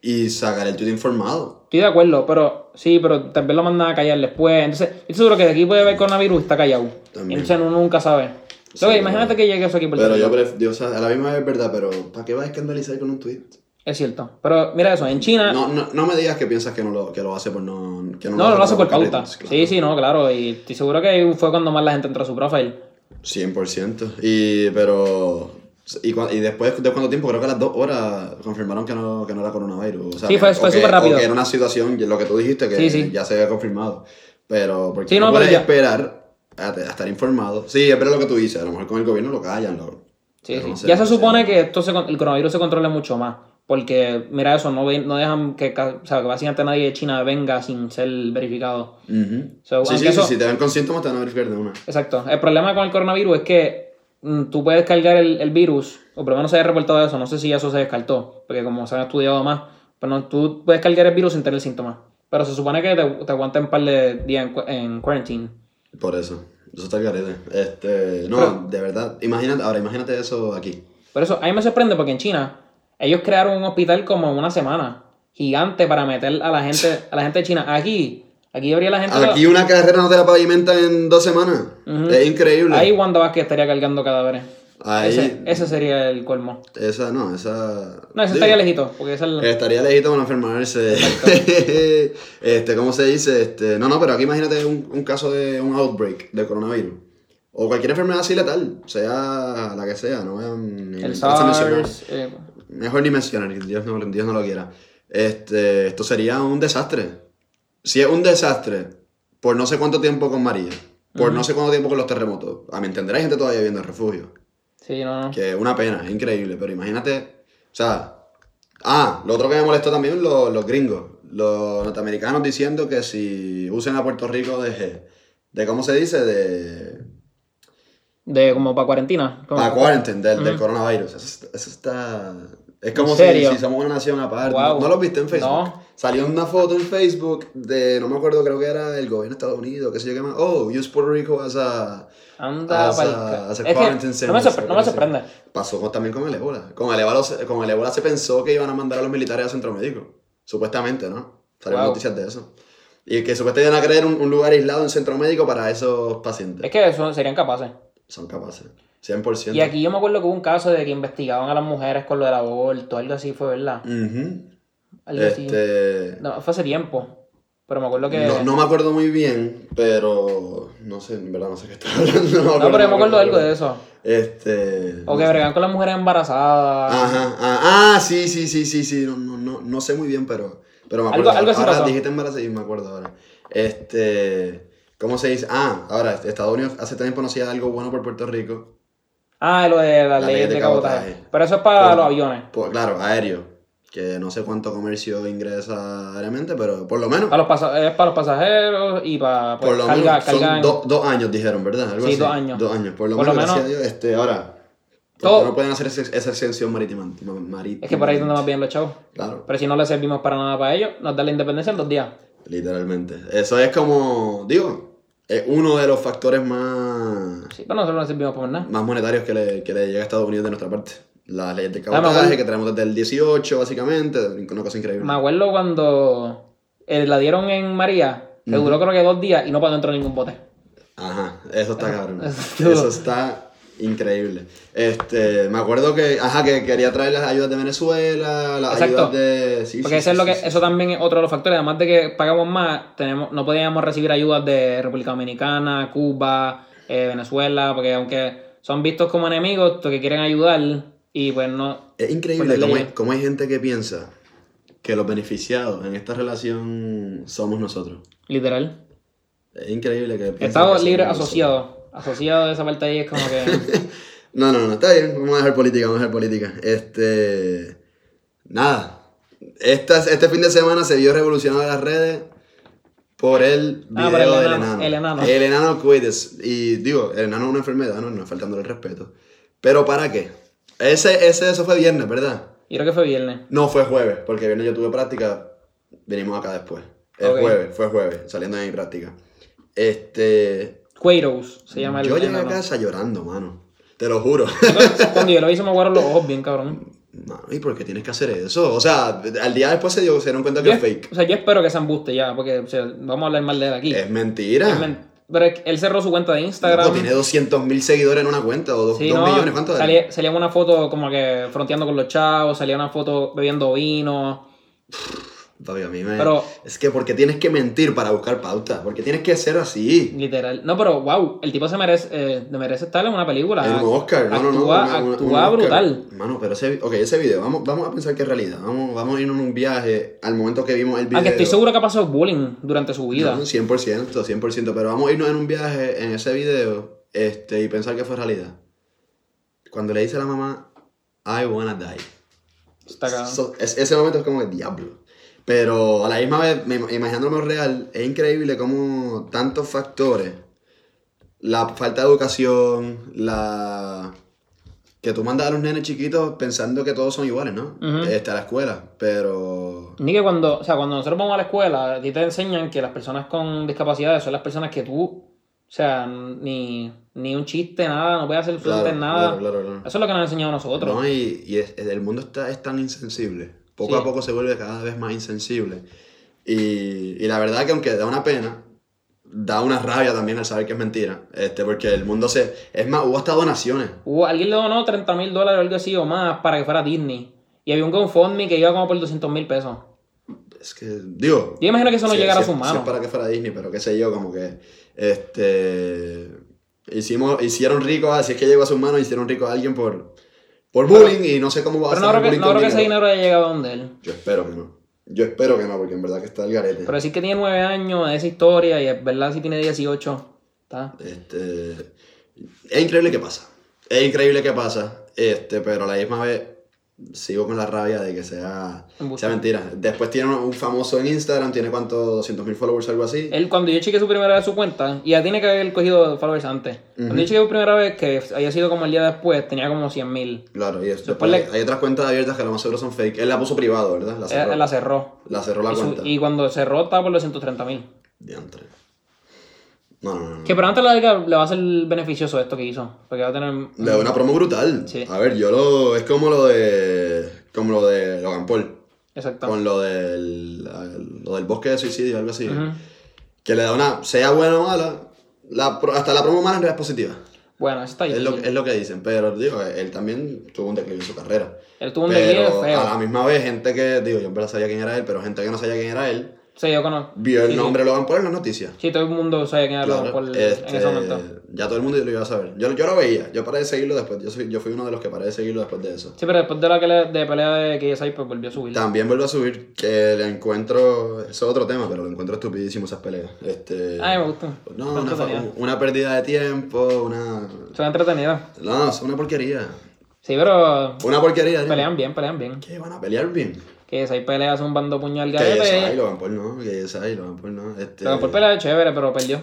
[SPEAKER 2] y sacar el tweet informado.
[SPEAKER 1] Estoy de acuerdo, pero sí, pero tal vez lo mandan a callar después. Entonces, yo estoy seguro que de aquí puede haber coronavirus y está callado.
[SPEAKER 2] También.
[SPEAKER 1] Entonces uno nunca sabe.
[SPEAKER 2] Sí,
[SPEAKER 1] Lo que imagínate que llegue eso aquí por
[SPEAKER 2] Pero yo prefiero, o sea, a la misma vez es verdad, pero ¿para qué vas a escandalizar con un tweet?
[SPEAKER 1] Es cierto. Pero mira eso, en China.
[SPEAKER 2] No, no, no me digas que piensas que no lo, que lo hace por no... Que no,
[SPEAKER 1] Ah. No, no lo hace por pauta.
[SPEAKER 2] caprichos,
[SPEAKER 1] Sí, sí, no, claro. Y estoy seguro que ahí fue cuando más la gente entró a su profile.
[SPEAKER 2] claro. 100%. Y, pero... Y, cua- y después de cuánto tiempo, creo que a las dos horas confirmaron que no, que no era coronavirus. O sea,
[SPEAKER 1] Sí, fue-
[SPEAKER 2] que-
[SPEAKER 1] fue
[SPEAKER 2] o que-
[SPEAKER 1] súper rápido.
[SPEAKER 2] O que era una situación, lo que tú dijiste, que
[SPEAKER 1] Sí, sí.
[SPEAKER 2] ya se había confirmado. Pero porque
[SPEAKER 1] Sí,
[SPEAKER 2] no,
[SPEAKER 1] no, pero
[SPEAKER 2] puedes
[SPEAKER 1] ya-
[SPEAKER 2] esperar a, a estar informado. Sí, es verdad lo que tú dices, a lo mejor con el gobierno lo callan. Lo,
[SPEAKER 1] Sí,
[SPEAKER 2] pero
[SPEAKER 1] sí.
[SPEAKER 2] no sé,
[SPEAKER 1] ya se
[SPEAKER 2] no sé.
[SPEAKER 1] supone que esto se con- el coronavirus se controle mucho más. Porque, mira eso, no, ve- no dejan que, ca- o sea, que básicamente nadie de China venga sin ser verificado.
[SPEAKER 2] Ujú.
[SPEAKER 1] So,
[SPEAKER 2] sí,
[SPEAKER 1] aunque
[SPEAKER 2] sí,
[SPEAKER 1] eso-
[SPEAKER 2] sí, si te ven con síntomas te van a verificar de una.
[SPEAKER 1] Exacto. El problema con el coronavirus es que mm, tú puedes cargar el, el virus, o por lo menos se haya reportado eso, no sé si eso se descartó, porque como se han estudiado más, pero no, tú puedes cargar el virus sin tener síntomas. Pero se supone que te, te aguantan un par de días en, cu- en quarantine.
[SPEAKER 2] Por eso. Eso está el garete. Este, no,
[SPEAKER 1] Pero-
[SPEAKER 2] de verdad. Imagínate, ahora imagínate eso aquí.
[SPEAKER 1] Por eso, a mí me sorprende porque en China, ellos crearon un hospital como en una semana, gigante para meter a la gente, a la gente de China. Aquí, aquí habría la gente...
[SPEAKER 2] Aquí una carrera no te la pavimentan en dos semanas.
[SPEAKER 1] Ujú.
[SPEAKER 2] Es increíble.
[SPEAKER 1] Ahí Wanda Vázquez estaría cargando cadáveres.
[SPEAKER 2] Ahí,
[SPEAKER 1] Ese, ese sería el colmo.
[SPEAKER 2] esa no, esa...
[SPEAKER 1] No, ese
[SPEAKER 2] digo,
[SPEAKER 1] estaría lejito, porque esa es la-
[SPEAKER 2] Estaría lejito para no enfermarse. este, ¿Cómo se dice? Este, no, no, pero aquí imagínate un, un caso de un outbreak de coronavirus. O cualquier enfermedad así letal, sea la que sea, no vayan ni
[SPEAKER 1] el
[SPEAKER 2] intentarse mencionar.
[SPEAKER 1] SARS. eh,
[SPEAKER 2] Mejor ni mencionar, Dios no, Dios no lo quiera. Este, esto sería un desastre. Si es un desastre, por no sé cuánto tiempo con María, por no sé cuánto tiempo con los terremotos, a mi entender hay gente todavía viviendo en refugio.
[SPEAKER 1] sí, no, no.
[SPEAKER 2] Que es una pena, es increíble, pero imagínate, o sea, ah, lo otro que me molestó también, los, los gringos, los norteamericanos diciendo que si usen a Puerto Rico de, de ¿cómo se dice? De...
[SPEAKER 1] De como para cuarentena. como-
[SPEAKER 2] Para quarantine, del, del
[SPEAKER 1] Ujú.
[SPEAKER 2] coronavirus. Eso, es- eso está... Es
[SPEAKER 1] ¿En
[SPEAKER 2] como si,
[SPEAKER 1] serio?
[SPEAKER 2] si somos una nación aparte.
[SPEAKER 1] Wow.
[SPEAKER 2] ¿No lo viste en Facebook?
[SPEAKER 1] No.
[SPEAKER 2] Salió una foto en Facebook de, no me acuerdo, creo que era el gobierno de Estados Unidos, qué sé yo qué más. Oh, use Puerto Rico as a...
[SPEAKER 1] Anda
[SPEAKER 2] as
[SPEAKER 1] pa'l
[SPEAKER 2] a-
[SPEAKER 1] ca-
[SPEAKER 2] as a
[SPEAKER 1] Es que
[SPEAKER 2] quarantine
[SPEAKER 1] no me,
[SPEAKER 2] service,
[SPEAKER 1] sorpre- no me
[SPEAKER 2] algo así.
[SPEAKER 1] sorprende.
[SPEAKER 2] Pasó con- también con el ébola. Con el ébola, se- con el ébola se pensó que iban a mandar a los militares al centro médico. Supuestamente, ¿no? Salieron
[SPEAKER 1] Wow.
[SPEAKER 2] noticias de eso. Y que supuestamente iban a crear un, un lugar aislado en centro médico para esos pacientes.
[SPEAKER 1] Es que eso serían capaces.
[SPEAKER 2] Son capaces. 100%.
[SPEAKER 1] Y aquí yo me acuerdo que hubo un caso de que investigaban a las mujeres con lo del aborto, algo así fue, ¿verdad?
[SPEAKER 2] Ujú.
[SPEAKER 1] Algo así.
[SPEAKER 2] Mm, Este,
[SPEAKER 1] No, fue hace tiempo. Pero me acuerdo que.
[SPEAKER 2] no, no me acuerdo muy bien, pero no sé, en verdad no sé qué estaba hablando. No,
[SPEAKER 1] No, pero yo me acuerdo de algo de eso.
[SPEAKER 2] Este.
[SPEAKER 1] O que bregan con las mujeres embarazadas.
[SPEAKER 2] Ajá, ah, ah, sí, sí, sí, sí, sí, no, no, no, no sé muy bien, pero, pero me acuerdo.
[SPEAKER 1] Algo- algo así
[SPEAKER 2] ahora
[SPEAKER 1] pasó.
[SPEAKER 2] dijiste embarazo y me acuerdo ahora. Este, ¿cómo se dice? Ah, ahora, Estados Unidos hace tiempo no hacía algo bueno por Puerto Rico.
[SPEAKER 1] Ah, lo de las
[SPEAKER 2] La
[SPEAKER 1] leyes
[SPEAKER 2] ley de
[SPEAKER 1] de cabotaje.
[SPEAKER 2] cabotaje.
[SPEAKER 1] Pero eso es para
[SPEAKER 2] Pero-
[SPEAKER 1] los aviones.
[SPEAKER 2] Por- Pues, claro, aéreo, que no sé cuánto comercio ingresa aéreamente, pero por lo menos,
[SPEAKER 1] Para los, pasa- es para los pasajeros y para pues,
[SPEAKER 2] por lo
[SPEAKER 1] carga-
[SPEAKER 2] menos, son
[SPEAKER 1] carga en-
[SPEAKER 2] do- dos años dijeron, ¿verdad? Algo
[SPEAKER 1] Sí,
[SPEAKER 2] así.
[SPEAKER 1] dos años.
[SPEAKER 2] Dos años, por lo
[SPEAKER 1] Por lo
[SPEAKER 2] menos, gracias
[SPEAKER 1] menos-
[SPEAKER 2] a Dios, este, ahora, ¿por
[SPEAKER 1] Todo-
[SPEAKER 2] qué no pueden hacer esa, esa exención marítima, marítima.
[SPEAKER 1] Es que por ahí es donde más bien los chavos.
[SPEAKER 2] Claro.
[SPEAKER 1] Pero si no les servimos para nada para ellos, nos dan la independencia en dos días.
[SPEAKER 2] Literalmente. Eso es como, digo, es uno de los factores más,
[SPEAKER 1] Sí, pero nosotros no les servimos para nada.
[SPEAKER 2] más monetarios que le, que le llega a Estados Unidos de nuestra parte. Las leyes de
[SPEAKER 1] Ah, me
[SPEAKER 2] cabotaje
[SPEAKER 1] acuerdo.
[SPEAKER 2] que tenemos desde el 18, básicamente, una cosa increíble.
[SPEAKER 1] Me acuerdo cuando eh, la dieron en María, que duró creo que dos días y no para dentro de ningún bote.
[SPEAKER 2] Ajá, eso está cabrón.
[SPEAKER 1] eso-
[SPEAKER 2] Eso está increíble. Este, me acuerdo que, ajá, que quería traer las ayudas de Venezuela, las
[SPEAKER 1] Exacto.
[SPEAKER 2] ayudas de... sí,
[SPEAKER 1] Porque eso,
[SPEAKER 2] sí,
[SPEAKER 1] es
[SPEAKER 2] sí,
[SPEAKER 1] lo que,
[SPEAKER 2] sí, sí.
[SPEAKER 1] eso también es otro de los factores. Además de que pagamos más, tenemos, no podíamos recibir ayudas de República Dominicana, Cuba, eh, Venezuela, porque aunque son vistos como enemigos, los que quieren ayudar y pues no.
[SPEAKER 2] Es
[SPEAKER 1] Por
[SPEAKER 2] increíble
[SPEAKER 1] la
[SPEAKER 2] cómo
[SPEAKER 1] ley.
[SPEAKER 2] hay, cómo hay gente que piensa que los beneficiados en esta relación somos nosotros.
[SPEAKER 1] Literal.
[SPEAKER 2] Es increíble que... piensen que
[SPEAKER 1] Estados
[SPEAKER 2] somos
[SPEAKER 1] Libre
[SPEAKER 2] nosotros.
[SPEAKER 1] asociado. Asociado de esa parte ahí es como que.
[SPEAKER 2] No, no, no, está bien. Vamos a dejar política, vamos a dejar política. Este. Nada. Estas- este fin de semana se vio revolucionado las redes por el
[SPEAKER 1] Ah,
[SPEAKER 2] video
[SPEAKER 1] por el
[SPEAKER 2] del
[SPEAKER 1] enano,
[SPEAKER 2] enano.
[SPEAKER 1] el enano.
[SPEAKER 2] El enano Quidditch. Y digo, el enano es una enfermedad, no, no es faltándole el respeto. Pero ¿para qué? Ese, ese, eso fue viernes, ¿verdad?
[SPEAKER 1] Yo creo que fue viernes.
[SPEAKER 2] No, fue jueves, porque viernes yo tuve práctica. Venimos acá después. El
[SPEAKER 1] Ok.
[SPEAKER 2] jueves, fue jueves, saliendo de mi práctica. Este.
[SPEAKER 1] Queiroz se llama el.
[SPEAKER 2] Yo llegué a
[SPEAKER 1] enano.
[SPEAKER 2] casa llorando, mano. Te lo juro.
[SPEAKER 1] Cuando yo lo hice me aguaron los ojos bien, cabrón.
[SPEAKER 2] Mano, ¿y por qué tienes que hacer eso? O sea, al día después se, dio, se dieron cuenta que
[SPEAKER 1] Yo-
[SPEAKER 2] es fake. Eh.
[SPEAKER 1] O sea, yo espero que se embuste ya, porque o sea, vamos a hablar mal de él aquí.
[SPEAKER 2] Es mentira.
[SPEAKER 1] Es men- Pero es que él cerró su cuenta de Instagram.
[SPEAKER 2] Loco, tiene 200 mil seguidores en una cuenta o 2
[SPEAKER 1] Sí, no,
[SPEAKER 2] millones, ¿cuánto es?
[SPEAKER 1] salía, salía una foto como que fronteando con los chavos, salía una foto bebiendo vino.
[SPEAKER 2] Papi, a mí me-
[SPEAKER 1] Pero-
[SPEAKER 2] Es que porque tienes que mentir para buscar pauta, porque tienes que ser así.
[SPEAKER 1] Literal. No, pero wow, el tipo se merece, eh, merece estar en una película.
[SPEAKER 2] En un Oscar, no,
[SPEAKER 1] actúa,
[SPEAKER 2] no, no. una- una-
[SPEAKER 1] actúa
[SPEAKER 2] un Oscar.
[SPEAKER 1] brutal.
[SPEAKER 2] Mano, pero ese, ok, ese video, vamos, vamos a pensar que es realidad. Vamos, vamos a ir en un viaje al momento que vimos el video.
[SPEAKER 1] Aunque estoy seguro Ah, que ha pasado bullying durante su vida.
[SPEAKER 2] No, 100%, 100%, pero vamos a irnos en un viaje en ese video este, y pensar que fue realidad. Cuando le dice a la mamá, I wanna die.
[SPEAKER 1] Está cabrón.
[SPEAKER 2] So- es- ese momento es como el diablo. Pero a la misma vez, me, imaginándome real, es increíble cómo tantos factores, la falta de educación, la... que tú mandas a los nenes chiquitos pensando que todos son iguales, ¿no?
[SPEAKER 1] Ujú.
[SPEAKER 2] Este, a la escuela, pero...
[SPEAKER 1] Ni que cuando, o sea, cuando nosotros vamos a la escuela, a ti te enseñan que las personas con discapacidades son las personas que tú, o sea, ni, ni un chiste, nada, no puedes hacer frente
[SPEAKER 2] Claro,
[SPEAKER 1] en nada.
[SPEAKER 2] claro, claro, claro.
[SPEAKER 1] Eso es lo que nos han enseñado a nosotros.
[SPEAKER 2] No, y, y es- el mundo está, es tan insensible. Poco
[SPEAKER 1] Sí.
[SPEAKER 2] a poco se vuelve cada vez más insensible. Y, y la verdad que aunque da una pena, da una rabia también al saber que es mentira. Este, porque el mundo se. Es más, hubo hasta donaciones.
[SPEAKER 1] Hubo- alguien le donó 30 mil dólares o algo así o más para que fuera Disney. Y había un GoFundMe que iba como por 200 mil pesos.
[SPEAKER 2] Es que, digo.
[SPEAKER 1] Yo imagino que eso no
[SPEAKER 2] si-
[SPEAKER 1] llegara
[SPEAKER 2] si-
[SPEAKER 1] a sus
[SPEAKER 2] si
[SPEAKER 1] manos.
[SPEAKER 2] es para que fuera Disney, pero qué sé yo, como que. Este. Hicimos, hicieron rico a. Si es que llegó a sus manos, hicieron rico a alguien por. Por bullying y no sé cómo va a
[SPEAKER 1] Pero no
[SPEAKER 2] sacar
[SPEAKER 1] creo que,
[SPEAKER 2] bullying
[SPEAKER 1] no
[SPEAKER 2] con
[SPEAKER 1] creo que ese
[SPEAKER 2] dinero.
[SPEAKER 1] dinero haya llegado a donde él.
[SPEAKER 2] Yo espero que no. Yo espero que no, porque en verdad que está el garete.
[SPEAKER 1] Pero decir que tiene 9 años, esa historia, y es verdad si tiene 18. Está.
[SPEAKER 2] Este, es increíble que pasa. Es increíble que pasa. Este, pero a la misma vez sigo con la rabia de que sea,
[SPEAKER 1] Embuste.
[SPEAKER 2] sea mentira. Después tiene un- un famoso en Instagram, tiene cuánto, 200 mil followers, algo así.
[SPEAKER 1] Él, cuando yo chequeé su primera vez su cuenta, y ya tiene que haber cogido followers antes. Cuando yo chequeé su primera vez, que haya sido como el día después, tenía como 100 mil.
[SPEAKER 2] Claro, y es-
[SPEAKER 1] Después
[SPEAKER 2] después
[SPEAKER 1] le-
[SPEAKER 2] hay, hay otras cuentas abiertas que lo más seguro son fake. Él la puso privado, ¿verdad? La cerró.
[SPEAKER 1] Él la cerró.
[SPEAKER 2] La cerró la
[SPEAKER 1] Y, su-
[SPEAKER 2] cuenta.
[SPEAKER 1] y cuando cerró, estaba por los 130 mil.
[SPEAKER 2] Diantre. No, no, no. no.
[SPEAKER 1] Que pero antes la liga le va a ser beneficioso esto que hizo. Porque va a tener.
[SPEAKER 2] Le da una promo brutal.
[SPEAKER 1] Sí.
[SPEAKER 2] A ver, yo lo. Es como lo de. Como lo de Logan Paul.
[SPEAKER 1] Exacto.
[SPEAKER 2] Con lo del. Lo del bosque de suicidio, algo así.
[SPEAKER 1] Ujú.
[SPEAKER 2] que le da una, sea buena o mala, la pro- hasta la promo mala en realidad es positiva.
[SPEAKER 1] Bueno, eso está
[SPEAKER 2] Es lo,
[SPEAKER 1] difícil.
[SPEAKER 2] es lo que dicen, pero digo, él también tuvo un declive en su carrera.
[SPEAKER 1] Él tuvo un declive
[SPEAKER 2] Pero a la
[SPEAKER 1] feo.
[SPEAKER 2] misma vez, gente que, digo, yo en verdad sabía quién era él, pero gente que no sabía quién era él,
[SPEAKER 1] Sí, yo conozco.
[SPEAKER 2] vio
[SPEAKER 1] Sí,
[SPEAKER 2] el nombre de Logan Paul en las noticias.
[SPEAKER 1] Sí, todo el mundo sabe quién era
[SPEAKER 2] Claro,
[SPEAKER 1] Logan Paul en
[SPEAKER 2] este,
[SPEAKER 1] ese momento.
[SPEAKER 2] ya todo el mundo lo iba a saber. Yo, yo lo veía, yo paré de seguirlo después, yo, soy- yo fui uno de los que paré de seguirlo después de eso.
[SPEAKER 1] Sí, pero después de la que le- de pelea de KSI, pues volvió a subir.
[SPEAKER 2] También vuelvo a subir que le encuentro, eso es otro tema, pero lo encuentro estupidísimo esas peleas. Este,
[SPEAKER 1] Ay, Ah, me gustó.
[SPEAKER 2] no,
[SPEAKER 1] Fue
[SPEAKER 2] una,
[SPEAKER 1] entretenida.
[SPEAKER 2] una pérdida de tiempo, una,
[SPEAKER 1] Son entretenidas.
[SPEAKER 2] No, es una porquería.
[SPEAKER 1] Sí, pero
[SPEAKER 2] Una porquería. ¿eh?
[SPEAKER 1] pelean bien, pelean bien.
[SPEAKER 2] Que van a pelear bien.
[SPEAKER 1] KSI pelea zumbando puñal
[SPEAKER 2] Que esa
[SPEAKER 1] garete.
[SPEAKER 2] y Logan Paul no, que esa y Logan Paul no. Este,
[SPEAKER 1] Logan Paul pelea chévere, pero perdió.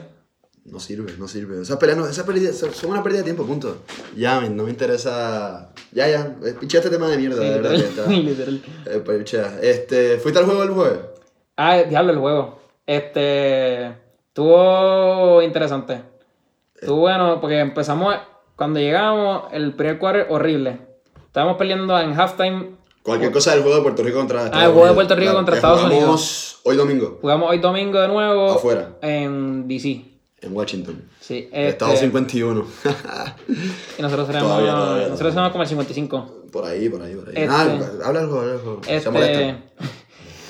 [SPEAKER 2] No sirve, no sirve. Esas peleas, no, esas peleas son son una pérdida de tiempo, punto. Ya, men, no me interesa. Ya, ya, eh, pichea este tema de mierda, de verdad. que está-
[SPEAKER 1] Sí, literal.
[SPEAKER 2] Eh, pues, pichea. Este, ¿fuiste al juego del jueves?
[SPEAKER 1] Ah, diablo el juego. Este. Estuvo interesante. Estuvo
[SPEAKER 2] Eh.
[SPEAKER 1] bueno porque empezamos. Cuando llegamos, el primer quarter horrible. Estábamos peleando en halftime.
[SPEAKER 2] Cualquier cosa del juego de Puerto Rico contra Estados Unidos.
[SPEAKER 1] Ah, el juego de Puerto Rico contra
[SPEAKER 2] que
[SPEAKER 1] Estados
[SPEAKER 2] jugamos
[SPEAKER 1] Unidos.
[SPEAKER 2] Hoy domingo,
[SPEAKER 1] Jugamos hoy domingo de nuevo.
[SPEAKER 2] Afuera.
[SPEAKER 1] En DC.
[SPEAKER 2] en Washington.
[SPEAKER 1] Sí.
[SPEAKER 2] Estado
[SPEAKER 1] este,
[SPEAKER 2] 51.
[SPEAKER 1] y nosotros seremos,
[SPEAKER 2] Todavía, todavía,
[SPEAKER 1] nosotros
[SPEAKER 2] todavía.
[SPEAKER 1] seremos como el 55.
[SPEAKER 2] por ahí, por ahí, por ahí.
[SPEAKER 1] Este-
[SPEAKER 2] Ah, habla del juego, habla del juego. Se molesta.
[SPEAKER 1] Este,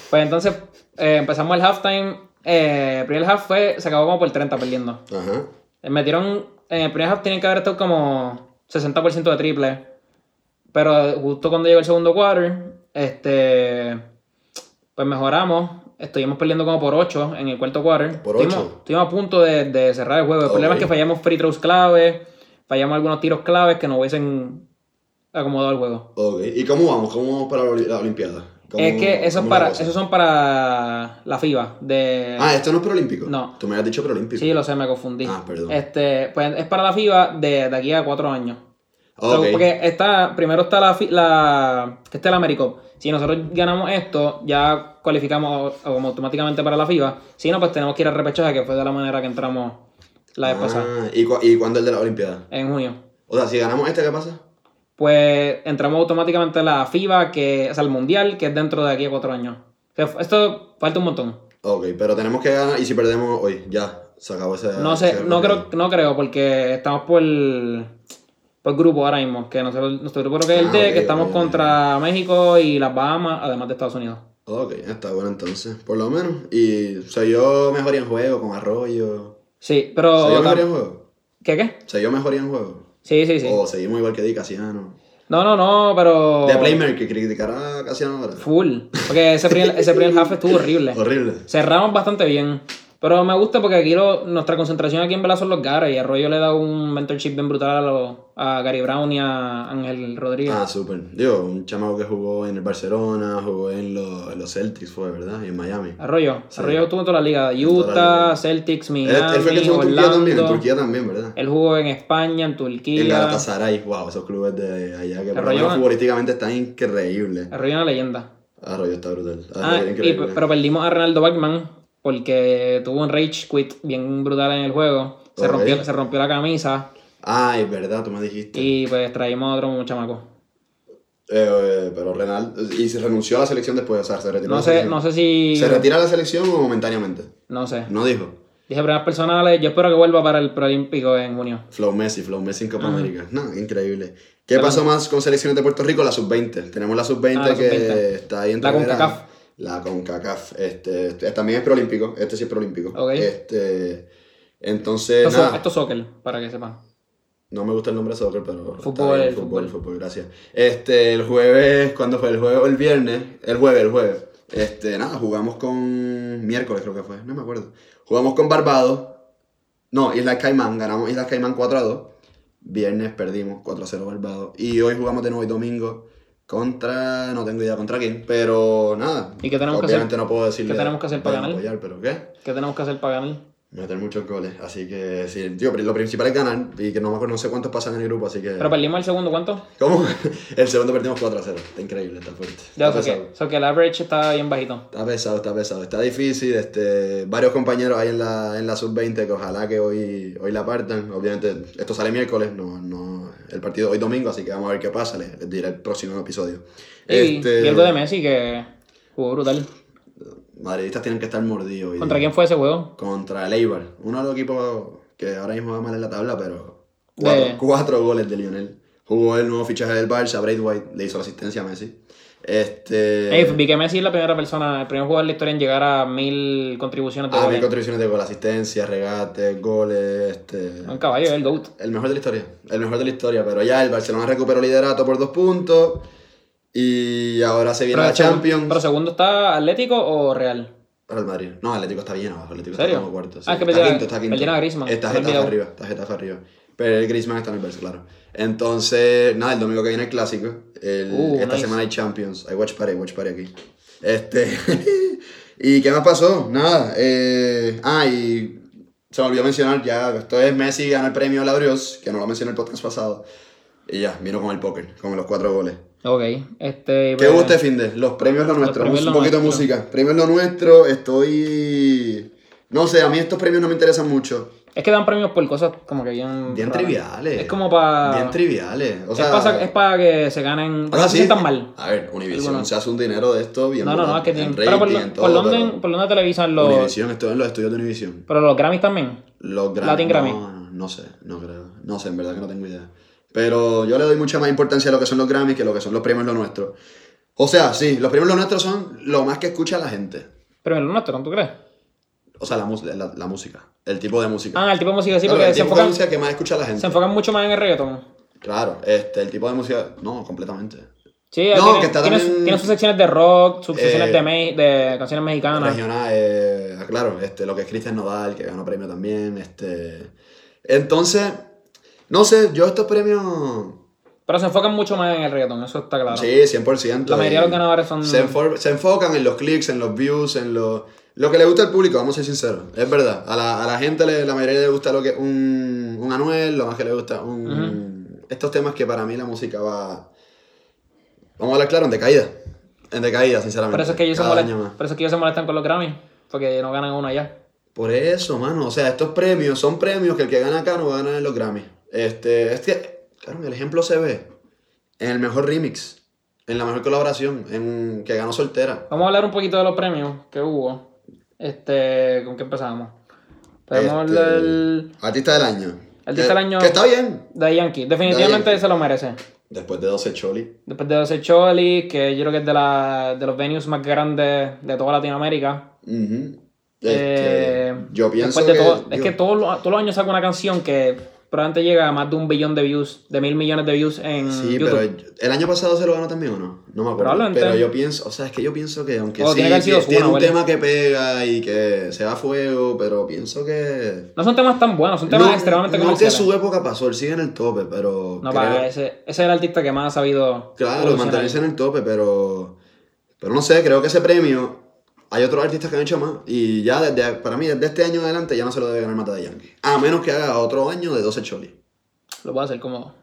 [SPEAKER 1] pues entonces eh, empezamos el halftime. Eh, el primer half fue, se acabó como por 30 perdiendo.
[SPEAKER 2] Ajá.
[SPEAKER 1] Eh, Metieron, en el primer half tienen que haber estado como 60% de triple. Pero justo cuando llegó el segundo quarter, este, pues mejoramos. Estuvimos perdiendo como por 8 en el cuarto quarter.
[SPEAKER 2] ¿Por
[SPEAKER 1] Estuvimos-
[SPEAKER 2] ocho?
[SPEAKER 1] Estuvimos a punto de, de cerrar el juego. El
[SPEAKER 2] Ok.
[SPEAKER 1] problema es que fallamos free throws clave, fallamos algunos tiros claves que nos hubiesen acomodado el juego.
[SPEAKER 2] Ok, ¿y cómo vamos? ¿Cómo vamos para la oli- la Olimpiada? ¿Cómo-
[SPEAKER 1] Es que esos,
[SPEAKER 2] cómo
[SPEAKER 1] para,
[SPEAKER 2] es la cosa?
[SPEAKER 1] esos son para la FIBA. De...
[SPEAKER 2] Ah, ¿esto no es preolímpico?
[SPEAKER 1] No.
[SPEAKER 2] Tú me habías dicho preolímpico.
[SPEAKER 1] sí, lo sé, me confundí.
[SPEAKER 2] Ah, perdón.
[SPEAKER 1] Este, pues es para la FIBA de, de aquí a cuatro años.
[SPEAKER 2] Ah, ok.
[SPEAKER 1] So, porque está, primero está la, fi- la que está el AmeriCup. Si nosotros ganamos esto, ya cualificamos o- como automáticamente para la FIBA. Si no, pues tenemos que ir al repechaje, que fue de la manera que entramos la vez pasada,
[SPEAKER 2] Ah, ¿y, cu- ¿Y cuándo el de la Olimpiada?
[SPEAKER 1] en junio.
[SPEAKER 2] O sea, si ganamos este, ¿qué pasa?
[SPEAKER 1] Pues entramos automáticamente a la FIBA, que es al Mundial, que es dentro de aquí a cuatro años. Que f- esto falta un montón.
[SPEAKER 2] Ok, pero tenemos que ganar y si perdemos hoy, ya, se acabó ese...
[SPEAKER 1] No sé,
[SPEAKER 2] ese
[SPEAKER 1] no creo,
[SPEAKER 2] partido.
[SPEAKER 1] no creo, porque estamos por, por grupo ahora mismo, que nosotros- nuestro grupo creo que es el
[SPEAKER 2] Ah,
[SPEAKER 1] D,
[SPEAKER 2] ok,
[SPEAKER 1] que estamos
[SPEAKER 2] ok,
[SPEAKER 1] contra México y las Bahamas, además de Estados Unidos.
[SPEAKER 2] Ok, está bueno entonces, por lo menos. Y o sea, yo mejoría en juego con Arroyo.
[SPEAKER 1] Sí, pero...
[SPEAKER 2] ¿Se yo mejoría en juego?
[SPEAKER 1] ¿Qué qué?
[SPEAKER 2] ¿Se yo mejoría en juego?
[SPEAKER 1] Sí, sí, sí.
[SPEAKER 2] O seguimos igual que Di Casiano.
[SPEAKER 1] No, no, no, pero...
[SPEAKER 2] Oh. De Playmaker, que criticará a Casiano ahora.
[SPEAKER 1] Full. Porque ese primer, ese primer half estuvo horrible.
[SPEAKER 2] Horrible.
[SPEAKER 1] Cerramos bastante bien. Pero me gusta porque aquí lo- nuestra concentración aquí en verdad son los Gares y Arroyo le da un mentorship bien brutal a, los- a Gary Brown y a Ángel Rodríguez.
[SPEAKER 2] Ah, súper. Digo, un chamaco que jugó en el Barcelona, jugó en, los- en los Celtics, fue, ¿verdad? Y en Miami.
[SPEAKER 1] Arroyo. Arroyo estuvo en toda la liga.
[SPEAKER 2] toda la
[SPEAKER 1] Utah,
[SPEAKER 2] liga.
[SPEAKER 1] Celtics,
[SPEAKER 2] Él,
[SPEAKER 1] Miami,
[SPEAKER 2] él fue el que estuvo en Turquía también, en
[SPEAKER 1] Orlando.
[SPEAKER 2] Turquía también, ¿verdad?
[SPEAKER 1] Él jugó en España, en
[SPEAKER 2] El
[SPEAKER 1] Turquía.
[SPEAKER 2] Galatasaray, wow, esos clubes de allá que por lo
[SPEAKER 1] Arroyo-
[SPEAKER 2] menos futbolísticamente están increíbles.
[SPEAKER 1] Arroyo una leyenda.
[SPEAKER 2] Arroyo está brutal.
[SPEAKER 1] Ah,
[SPEAKER 2] Arroyo
[SPEAKER 1] y-
[SPEAKER 2] increíble.
[SPEAKER 1] pero perdimos a Ronaldo Bachman porque tuvo un rage quit bien brutal en el juego. Se,
[SPEAKER 2] Ok.
[SPEAKER 1] rompió, se rompió la camisa
[SPEAKER 2] Ay, Ah, verdad, tú me dijiste.
[SPEAKER 1] y pues traímos a otro chamaco.
[SPEAKER 2] Eh, eh, pero Renal, y se renunció a la selección después, o sea, se retiró.
[SPEAKER 1] No
[SPEAKER 2] la
[SPEAKER 1] sé,
[SPEAKER 2] selección.
[SPEAKER 1] no sé si...
[SPEAKER 2] ¿Se retira a la selección o momentáneamente?
[SPEAKER 1] No sé.
[SPEAKER 2] No dijo.
[SPEAKER 1] Dije problemas personales, yo espero que vuelva para el Prolímpico en junio.
[SPEAKER 2] Flow Messi, Flow Messi en Copa
[SPEAKER 1] Ajá.
[SPEAKER 2] América. No, increíble. ¿Qué
[SPEAKER 1] Pero-
[SPEAKER 2] pasó más con selecciones de Puerto Rico? La sub-20. Tenemos la sub-20
[SPEAKER 1] Ah, la
[SPEAKER 2] que
[SPEAKER 1] sub-20.
[SPEAKER 2] está ahí en
[SPEAKER 1] La
[SPEAKER 2] Teherán.
[SPEAKER 1] CONCACAF.
[SPEAKER 2] La CONCACAF. Este, este también es preolímpico. Este sí es preolímpico.
[SPEAKER 1] Ok.
[SPEAKER 2] Este, entonces,
[SPEAKER 1] Esto, es so-
[SPEAKER 2] Eh, nada.
[SPEAKER 1] esto es soccer, para que sepan.
[SPEAKER 2] No me gusta el nombre de soccer, pero. está
[SPEAKER 1] Fútbol,
[SPEAKER 2] bien,
[SPEAKER 1] fútbol.
[SPEAKER 2] fútbol, fútbol, gracias. Este, el jueves, ¿cuándo fue? El jueves o el viernes. El jueves, el jueves. Este, nada, jugamos con. Miércoles creo que fue, no me acuerdo. Jugamos con Barbados. No, Islas Caimán, ganamos Islas Caimán 4 a 2. Viernes perdimos 4 a 0 Barbados. Y hoy jugamos de nuevo el domingo contra. No tengo idea contra quién, pero nada.
[SPEAKER 1] ¿Y qué tenemos que
[SPEAKER 2] Obviamente
[SPEAKER 1] hacer?
[SPEAKER 2] no puedo decirle.
[SPEAKER 1] ¿Qué tenemos que hacer para
[SPEAKER 2] vayan a
[SPEAKER 1] ganar?
[SPEAKER 2] apoyar, pero ¿qué?
[SPEAKER 1] ¿Qué tenemos que hacer para ganar?
[SPEAKER 2] Eh. Meter muchos goles, así que sí, tío, pero lo principal es ganar y que no me acuerdo, no sé cuántos pasan en el grupo, así que...
[SPEAKER 1] Pero perdimos el segundo, ¿cuánto?
[SPEAKER 2] ¿Cómo? El segundo perdimos 4 a 0, está increíble, está fuerte.
[SPEAKER 1] Ya,
[SPEAKER 2] Está
[SPEAKER 1] o sea
[SPEAKER 2] pesado.
[SPEAKER 1] que, o sea que el average está bien bajito.
[SPEAKER 2] Está pesado, está pesado, está difícil, este, varios compañeros ahí en la, en la sub-20 que ojalá que hoy, hoy la partan, obviamente esto sale miércoles, no, no, el partido hoy domingo, así que vamos a ver qué pasa, les, les diré el próximo episodio.
[SPEAKER 1] Y
[SPEAKER 2] Este-
[SPEAKER 1] y algo de Messi que jugó brutal.
[SPEAKER 2] Madridistas tienen que estar mordidos. hoy
[SPEAKER 1] ¿Contra
[SPEAKER 2] día.
[SPEAKER 1] quién fue ese juego?
[SPEAKER 2] Contra el Eibar, uno de los equipos que ahora mismo va mal en la tabla, pero
[SPEAKER 1] De-
[SPEAKER 2] cuatro, cuatro goles de Lionel. Jugó el nuevo fichaje del Barça, Braithwaite, le hizo la asistencia a Messi. Este...
[SPEAKER 1] Ey, vi que Messi es la primera persona, el primer jugador de la historia en llegar a mil contribuciones de
[SPEAKER 2] Ah,
[SPEAKER 1] goles.
[SPEAKER 2] mil contribuciones de gol, asistencia, regate, goles, este...
[SPEAKER 1] Un caballo, es el GOAT.
[SPEAKER 2] El mejor de la historia, el mejor de la historia, pero ya el Barcelona recuperó liderato por dos puntos y ahora se viene la
[SPEAKER 1] el segun-
[SPEAKER 2] Champions
[SPEAKER 1] pero segundo está Atlético o Real.
[SPEAKER 2] para el Madrid. No, Atlético está bien abajo, Atlético
[SPEAKER 1] ¿En
[SPEAKER 2] está
[SPEAKER 1] serio?
[SPEAKER 2] como cuarto. sí.
[SPEAKER 1] Ah, es que
[SPEAKER 2] está
[SPEAKER 1] perdieron-
[SPEAKER 2] quinto, está quinto.
[SPEAKER 1] perdieron a Griezmann,
[SPEAKER 2] Está
[SPEAKER 1] me he
[SPEAKER 2] Getafe
[SPEAKER 1] olvidado.
[SPEAKER 2] arriba, está Getafe arriba. Pero el Griezmann está en el Barça, claro. Entonces, nada, el domingo que viene el clásico. El-
[SPEAKER 1] Uh,
[SPEAKER 2] esta
[SPEAKER 1] nice.
[SPEAKER 2] semana hay Champions. Hay Watch Party, Watch Party aquí. Este. ¿Y qué más pasó? Nada. eh, ah, y se me olvidó mencionar ya. Esto es Messi gana el premio Labrios, que no lo mencioné en el podcast pasado. Y ya, vino con el póker, con los cuatro goles.
[SPEAKER 1] Ok. Este,
[SPEAKER 2] ¿Qué
[SPEAKER 1] pues,
[SPEAKER 2] guste, Finde? Los premios lo nuestro.
[SPEAKER 1] premios
[SPEAKER 2] un
[SPEAKER 1] lo
[SPEAKER 2] poquito de
[SPEAKER 1] nuestro.
[SPEAKER 2] música. Premios lo nuestro, estoy. No sé, a mí estos premios no me interesan mucho.
[SPEAKER 1] Es que dan premios por cosas como que bien.
[SPEAKER 2] Bien
[SPEAKER 1] raras.
[SPEAKER 2] triviales.
[SPEAKER 1] Es como para.
[SPEAKER 2] Bien triviales. O sea,
[SPEAKER 1] Ah. es para que se ganen.
[SPEAKER 2] o
[SPEAKER 1] Para que se
[SPEAKER 2] sea, Ah, sí.
[SPEAKER 1] sientan mal.
[SPEAKER 2] A ver, Univision
[SPEAKER 1] Algunos.
[SPEAKER 2] se hace un dinero de esto bien.
[SPEAKER 1] No, no, no,
[SPEAKER 2] brutal,
[SPEAKER 1] es que
[SPEAKER 2] en
[SPEAKER 1] tienen.
[SPEAKER 2] rating,
[SPEAKER 1] Pero por,
[SPEAKER 2] en
[SPEAKER 1] lo-
[SPEAKER 2] todo,
[SPEAKER 1] por, dónde,
[SPEAKER 2] pero
[SPEAKER 1] por dónde televisan los.
[SPEAKER 2] Univision, esto es en los estudios de Univision.
[SPEAKER 1] Pero los Grammys también.
[SPEAKER 2] Los Grammy.
[SPEAKER 1] Latin Grammy.
[SPEAKER 2] No, no sé, no creo. No sé, en verdad que no tengo idea. Pero yo le doy mucha más importancia a lo que son los Grammys que a lo que son los premios lo nuestro. O sea, sí, los premios lo nuestro son lo más que escucha la gente.
[SPEAKER 1] Pero en lo nuestro, ¿tú crees?
[SPEAKER 2] O sea, la, mus- la, la música. El tipo de música.
[SPEAKER 1] Ah, el tipo de música sí,
[SPEAKER 2] Claro,
[SPEAKER 1] porque
[SPEAKER 2] el
[SPEAKER 1] se
[SPEAKER 2] tipo de
[SPEAKER 1] enfocan,
[SPEAKER 2] música que más escucha la gente.
[SPEAKER 1] se enfocan mucho más en el reggaeton.
[SPEAKER 2] Claro, este, el tipo de música. No, completamente.
[SPEAKER 1] Sí, él
[SPEAKER 2] No,
[SPEAKER 1] tiene,
[SPEAKER 2] que está
[SPEAKER 1] tiene-
[SPEAKER 2] también-
[SPEAKER 1] tiene sus secciones de rock, sus
[SPEAKER 2] Eh,
[SPEAKER 1] secciones de, me- de canciones mexicanas.
[SPEAKER 2] Regional, eh, claro, este, lo que es Cristian Nodal, que ganó premio también. Este. Entonces, no sé, yo estos premios.
[SPEAKER 1] Pero se enfocan mucho más en el reggaeton, eso está claro.
[SPEAKER 2] Sí, 100%.
[SPEAKER 1] La mayoría de los ganadores son-
[SPEAKER 2] Se, enfor- se enfocan en los clics, en los views, en los... Lo que le gusta al público, vamos a ser sinceros. Es verdad. A la, a la gente, le- la mayoría le gusta lo que un, un Anuel, lo más que le gusta un... Estos temas que para mí la música va... Vamos a hablar claro, en decaída. En decaída, sinceramente.
[SPEAKER 1] Por eso, es que ellos se
[SPEAKER 2] Cada
[SPEAKER 1] molest-
[SPEAKER 2] año más.
[SPEAKER 1] por eso es que ellos se molestan con los Grammys, porque no ganan uno allá.
[SPEAKER 2] Por eso, mano. O sea, estos premios son premios que el que gana acá no va a ganar en los Grammys. Este, es que, claro, el ejemplo se ve en el mejor remix, en la mejor colaboración, en que ganó Soltera.
[SPEAKER 1] Vamos a hablar un poquito de los premios que hubo. Este, ¿con qué empezamos? Tenemos
[SPEAKER 2] Este,
[SPEAKER 1] el
[SPEAKER 2] Artista del año.
[SPEAKER 1] Artista
[SPEAKER 2] Que-
[SPEAKER 1] del año.
[SPEAKER 2] Que está bien.
[SPEAKER 1] de Yankee. Definitivamente
[SPEAKER 2] Yankee.
[SPEAKER 1] se lo merece.
[SPEAKER 2] Después de 12 Choli.
[SPEAKER 1] Después de José Choli, que yo creo que es de, la- de los venues más grandes de toda Latinoamérica.
[SPEAKER 2] Ujú. Este,
[SPEAKER 1] Eh,
[SPEAKER 2] yo pienso
[SPEAKER 1] después de
[SPEAKER 2] que.
[SPEAKER 1] todo- es
[SPEAKER 2] yo-
[SPEAKER 1] que todos los, todos los años saca una canción que probablemente llega a más de un billón de views, de mil millones de views en
[SPEAKER 2] Sí,
[SPEAKER 1] YouTube.
[SPEAKER 2] pero yo- el año pasado se lo ganó también o no. No me acuerdo.
[SPEAKER 1] Probablemente.
[SPEAKER 2] Pero yo pienso, o sea, es que yo pienso que aunque
[SPEAKER 1] O
[SPEAKER 2] sí,
[SPEAKER 1] tiene que haber sido
[SPEAKER 2] tie- tiene
[SPEAKER 1] Ozuna,
[SPEAKER 2] un
[SPEAKER 1] ¿vale?
[SPEAKER 2] tema que pega y que se va a fuego, pero pienso que.
[SPEAKER 1] No son temas tan buenos, son temas
[SPEAKER 2] no,
[SPEAKER 1] extremadamente
[SPEAKER 2] no
[SPEAKER 1] comerciales.
[SPEAKER 2] que su época pasó, él sigue en el tope, pero.
[SPEAKER 1] No,
[SPEAKER 2] creo-
[SPEAKER 1] para, ese, ese es el artista que más ha sabido.
[SPEAKER 2] Claro,
[SPEAKER 1] evolucionar.
[SPEAKER 2] mantenerse en el tope, pero. Pero no sé, creo que ese premio. Hay otros artistas que han hecho más. Y ya desde, para mí, desde este año en adelante, ya no se lo debe ganar Mata de Yankee. A menos que haga otro año de 12 cholis.
[SPEAKER 1] Lo puede hacer como. O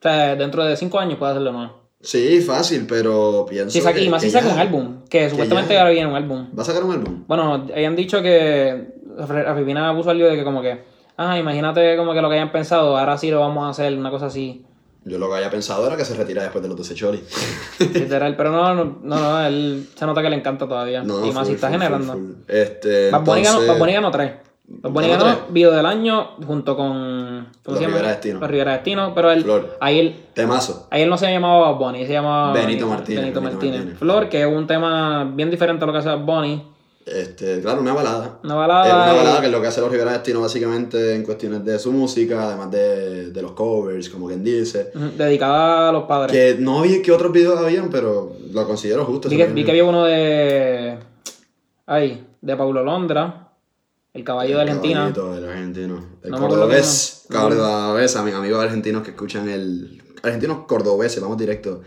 [SPEAKER 1] sea, dentro de 5 años puede hacerlo más.
[SPEAKER 2] Sí, fácil, pero pienso.
[SPEAKER 1] Si saca,
[SPEAKER 2] que-
[SPEAKER 1] y más si
[SPEAKER 2] que
[SPEAKER 1] saca
[SPEAKER 2] ya.
[SPEAKER 1] un álbum, que supuestamente
[SPEAKER 2] ya.
[SPEAKER 1] ahora viene un álbum.
[SPEAKER 2] ¿Va a sacar un álbum?
[SPEAKER 1] Bueno, habían dicho que. Rafipina puso algo de que, como que. Ah, imagínate como que lo que hayan pensado, ahora sí lo vamos a hacer, una cosa así.
[SPEAKER 2] Yo lo que había pensado era que se retira después de los 12 cholis.
[SPEAKER 1] Literal, pero no, no, no, no, él se nota que le encanta todavía.
[SPEAKER 2] No,
[SPEAKER 1] y más si
[SPEAKER 2] full,
[SPEAKER 1] está
[SPEAKER 2] full, full,
[SPEAKER 1] generando.
[SPEAKER 2] full. Este.
[SPEAKER 1] Bad Bunny ganó-
[SPEAKER 2] entonces-
[SPEAKER 1] Bad Bunny ganó 3. Los Bunny ganó
[SPEAKER 2] Número tres.
[SPEAKER 1] video del año junto con. ¿Cómo
[SPEAKER 2] Los
[SPEAKER 1] se llama?
[SPEAKER 2] Rivera Destino.
[SPEAKER 1] Los Rivera Destino, pero él,
[SPEAKER 2] Flor.
[SPEAKER 1] ahí, él,
[SPEAKER 2] Temazo.
[SPEAKER 1] ahí él no se llamaba Bad Bunny, se llamaba.
[SPEAKER 2] Benito Martínez,
[SPEAKER 1] Benito
[SPEAKER 2] Benito
[SPEAKER 1] Martínez.
[SPEAKER 2] Martínez.
[SPEAKER 1] Flor, que es un tema bien diferente a lo que hace Bad Bunny.
[SPEAKER 2] Este, claro, una balada.
[SPEAKER 1] Una
[SPEAKER 2] Es
[SPEAKER 1] balada.
[SPEAKER 2] una
[SPEAKER 1] y-
[SPEAKER 2] balada Eh, que es lo que hace los Rivera Destino básicamente en cuestiones de su música, además de, de los covers, como quien dice.
[SPEAKER 1] Ujú, Dedicada a los padres.
[SPEAKER 2] Que no vi qué otros videos habían, pero lo considero justo.
[SPEAKER 1] Vi
[SPEAKER 2] ese
[SPEAKER 1] que, vi
[SPEAKER 2] premio.
[SPEAKER 1] que había uno de. Ay, de Paulo Londra, el caballo de Argentina.
[SPEAKER 2] Caballito del argentino. El
[SPEAKER 1] No me acuerdo
[SPEAKER 2] cordobés.
[SPEAKER 1] cómo era.
[SPEAKER 2] Cordobés, ami- amigos argentinos que escuchan el. Argentinos cordobeses, vamos directo.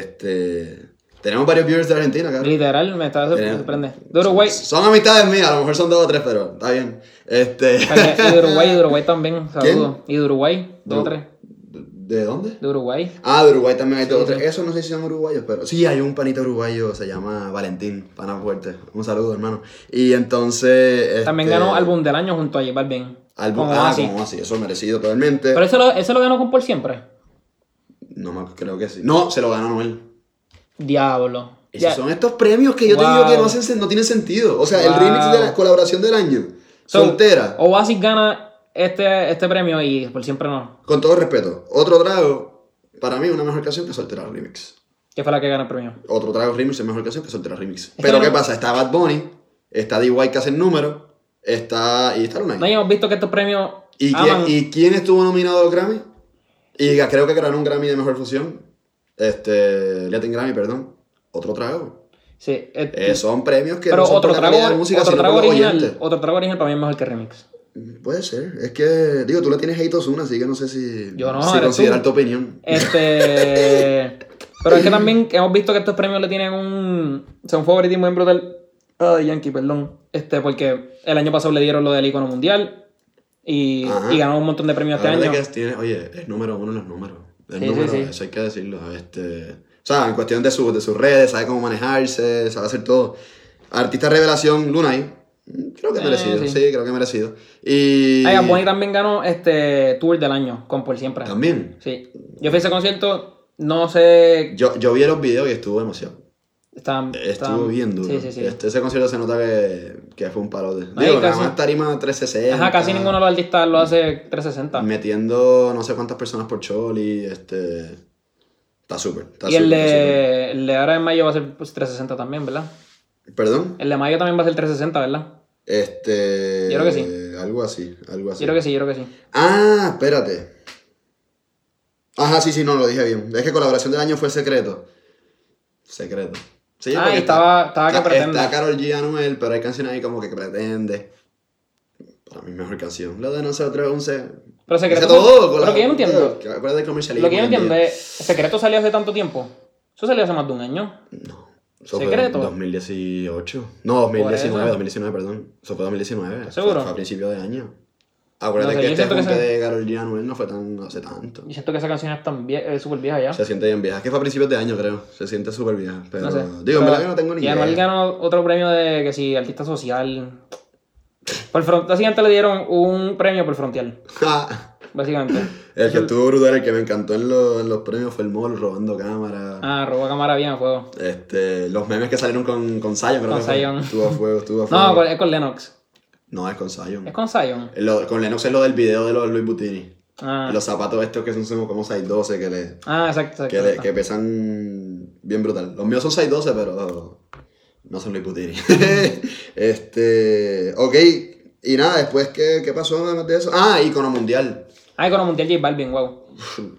[SPEAKER 2] Este. Tenemos varios viewers de Argentina, cabrón.
[SPEAKER 1] Literal, me está
[SPEAKER 2] Eh,
[SPEAKER 1] sorprende. De Uruguay.
[SPEAKER 2] Son amistades mías, a lo mejor son dos o tres, pero está bien. Este.
[SPEAKER 1] Y de Uruguay, y de Uruguay también, saludos. Y de Uruguay, dos o
[SPEAKER 2] De-
[SPEAKER 1] tres.
[SPEAKER 2] ¿De dónde?
[SPEAKER 1] De Uruguay.
[SPEAKER 2] Ah, de Uruguay también hay dos o
[SPEAKER 1] Sí,
[SPEAKER 2] tres. Eso no sé si son uruguayos, pero sí, hay un panita uruguayo, se llama Valentín, pana fuerte. Un saludo, hermano. Y entonces.
[SPEAKER 1] También
[SPEAKER 2] este,
[SPEAKER 1] ganó álbum del año junto a J Balvin.
[SPEAKER 2] Álbum,
[SPEAKER 1] Con
[SPEAKER 2] ah,
[SPEAKER 1] Oasis.
[SPEAKER 2] como así, eso es merecido totalmente.
[SPEAKER 1] Pero ese lo, ese lo ganó con Por Siempre.
[SPEAKER 2] No, me- creo que sí. No, se lo ganó Noel.
[SPEAKER 1] Diablo.
[SPEAKER 2] Esos
[SPEAKER 1] Ya.
[SPEAKER 2] son estos premios que yo te digo
[SPEAKER 1] Wow.
[SPEAKER 2] que no, hacen sen- no tienen sentido. O sea, el
[SPEAKER 1] Wow.
[SPEAKER 2] remix de la colaboración del año.
[SPEAKER 1] So,
[SPEAKER 2] soltera.
[SPEAKER 1] Oasis gana este, este premio y Por Siempre no.
[SPEAKER 2] Con todo respeto. Otro trago, para mí, una mejor canción que soltera remix.
[SPEAKER 1] Que fue la que gana el premio.
[SPEAKER 2] Otro trago remix es mejor canción que soltera remix. Pero
[SPEAKER 1] no-
[SPEAKER 2] ¿qué pasa? Está Bad Bunny, está D.Y. que hace el número, está. y está Lunay.
[SPEAKER 1] No hemos visto que estos premios.
[SPEAKER 2] ¿Y, quién,
[SPEAKER 1] aman-
[SPEAKER 2] ¿Y quién estuvo nominado a los Grammy? Y ga- creo que ganaron un Grammy de mejor fusión. Este. Latin Grammy, perdón. Otro trago.
[SPEAKER 1] Sí, eh,
[SPEAKER 2] Eh, son premios que
[SPEAKER 1] pero
[SPEAKER 2] no son
[SPEAKER 1] otro
[SPEAKER 2] por la calidad
[SPEAKER 1] trago,
[SPEAKER 2] de música,
[SPEAKER 1] otro
[SPEAKER 2] sino
[SPEAKER 1] trago
[SPEAKER 2] por los
[SPEAKER 1] original.
[SPEAKER 2] oyentes.
[SPEAKER 1] Otro trago original para mí es mejor que remix.
[SPEAKER 2] Puede ser. Es que, digo, tú le tienes hate a Ozuna, así que no sé si,
[SPEAKER 1] Yo no,
[SPEAKER 2] si
[SPEAKER 1] eres
[SPEAKER 2] considerar
[SPEAKER 1] tú.
[SPEAKER 2] tu opinión.
[SPEAKER 1] Este. pero es que también hemos visto que estos premios le tienen un. Son favoritismo miembro del. Ah, de Yankee, perdón. Este, porque el año pasado le dieron lo del icono mundial. Y,
[SPEAKER 2] Ajá.
[SPEAKER 1] y ganó un montón de premios este
[SPEAKER 2] La verdad
[SPEAKER 1] año.
[SPEAKER 2] que tiene- oye, es número uno en los números.
[SPEAKER 1] Sí,
[SPEAKER 2] El
[SPEAKER 1] sí,
[SPEAKER 2] número,
[SPEAKER 1] sí.
[SPEAKER 2] eso hay que decirlo. Este, o sea, en cuestión de, su- de sus redes, sabe cómo manejarse, sabe hacer todo. Artista revelación, Lunay. mm, Creo que
[SPEAKER 1] Eh,
[SPEAKER 2] merecido,
[SPEAKER 1] sí.
[SPEAKER 2] sí. creo que merecido. Y.
[SPEAKER 1] Ay, Bad Bunny también ganó este Tour del año con Por Siempre.
[SPEAKER 2] También.
[SPEAKER 1] Sí. Yo fui a ese concierto, no sé.
[SPEAKER 2] Yo, yo vi los videos y estuvo demasiado.
[SPEAKER 1] Estaban,
[SPEAKER 2] Estuvo
[SPEAKER 1] estaban-
[SPEAKER 2] bien duro.
[SPEAKER 1] Sí, sí, sí.
[SPEAKER 2] Este, ese concierto se nota que, que fue un parote.
[SPEAKER 1] Ay,
[SPEAKER 2] Digo, nada
[SPEAKER 1] casi-
[SPEAKER 2] más tarima 360.
[SPEAKER 1] Ajá, casi ninguno de los artistas lo hace 360.
[SPEAKER 2] metiendo no sé cuántas personas por Choli, este. Está súper. está
[SPEAKER 1] y el
[SPEAKER 2] súper, está súper.
[SPEAKER 1] de, el de ahora en mayo va a ser pues, 360 también, ¿verdad?
[SPEAKER 2] Perdón.
[SPEAKER 1] El de mayo también va a ser 360, ¿verdad?
[SPEAKER 2] Este.
[SPEAKER 1] Yo creo que sí.
[SPEAKER 2] eh, Algo así, algo así.
[SPEAKER 1] Yo creo que sí, yo creo que sí.
[SPEAKER 2] Ah, espérate. Ajá, sí, sí, no, lo dije bien. Es que colaboración del año fue secreto. Secreto. Sí,
[SPEAKER 1] Ah,
[SPEAKER 2] porque
[SPEAKER 1] y estaba- estaba que
[SPEAKER 2] está-
[SPEAKER 1] pretende.
[SPEAKER 2] Está Carol G. Anuel, pero hay canciones ahí como que pretende. Para mí, mejor canción. La de nosotros, un se.
[SPEAKER 1] Pero secreto.
[SPEAKER 2] Dice todo,
[SPEAKER 1] pero lo que yo no
[SPEAKER 2] colab-
[SPEAKER 1] entiendo.
[SPEAKER 2] Que acuérdate del comercialismo
[SPEAKER 1] Lo que yo no
[SPEAKER 2] hoy en
[SPEAKER 1] entiendo
[SPEAKER 2] día.
[SPEAKER 1] es. Secreto salió hace tanto tiempo. Eso salió hace más de un año.
[SPEAKER 2] Eso fue
[SPEAKER 1] ¿Secreto?
[SPEAKER 2] 2018. No, 2019,
[SPEAKER 1] eso.
[SPEAKER 2] 19, perdón. Eso fue 2019. Fue-
[SPEAKER 1] seguro?
[SPEAKER 2] Fue, a principio de año. Acuérdate
[SPEAKER 1] No sé,
[SPEAKER 2] que
[SPEAKER 1] yo
[SPEAKER 2] este
[SPEAKER 1] siento que
[SPEAKER 2] junte
[SPEAKER 1] se-
[SPEAKER 2] de Carol G. Anuel no fue tan hace tanto.
[SPEAKER 1] Yo siento que esa canción es tan vie- eh, súper vieja ya.
[SPEAKER 2] Se siente bien vieja. Es que fue a principios de año, creo. Se siente súper vieja. Pero,
[SPEAKER 1] No sé.
[SPEAKER 2] digo,
[SPEAKER 1] Pero-
[SPEAKER 2] en verdad que no tengo ni
[SPEAKER 1] Y
[SPEAKER 2] idea.
[SPEAKER 1] Anuel ganó otro premio de que si artista social. Por fron- básicamente le dieron un premio por frontial,
[SPEAKER 2] Ja.
[SPEAKER 1] básicamente.
[SPEAKER 2] el que estuvo brutal, el que me encantó en, los- en los premios fue el mol robando cámara.
[SPEAKER 1] Ah, robó cámara bien a fuego.
[SPEAKER 2] Este, los memes que salieron con, con Zion, creo
[SPEAKER 1] Con
[SPEAKER 2] que fue.
[SPEAKER 1] Zion.
[SPEAKER 2] Estuvo a fuego, estuvo a fuego.
[SPEAKER 1] No, con- es con Lennox.
[SPEAKER 2] No, es con Zion.
[SPEAKER 1] Es con Zion.
[SPEAKER 2] Lo- con Lennox es lo del video de los Luis Butini.
[SPEAKER 1] Ah,
[SPEAKER 2] Los zapatos estos que son como 612 que le...
[SPEAKER 1] Ah, exacto, exacto.
[SPEAKER 2] que, le-
[SPEAKER 1] exacto.
[SPEAKER 2] que pesan bien brutal. Los míos son 6'12, pero no son Luis Putini. este, ok, y nada, después, ¿qué, qué pasó además de eso? Ah, icono mundial.
[SPEAKER 1] Ah, y con el Mundial J Balvin, wow.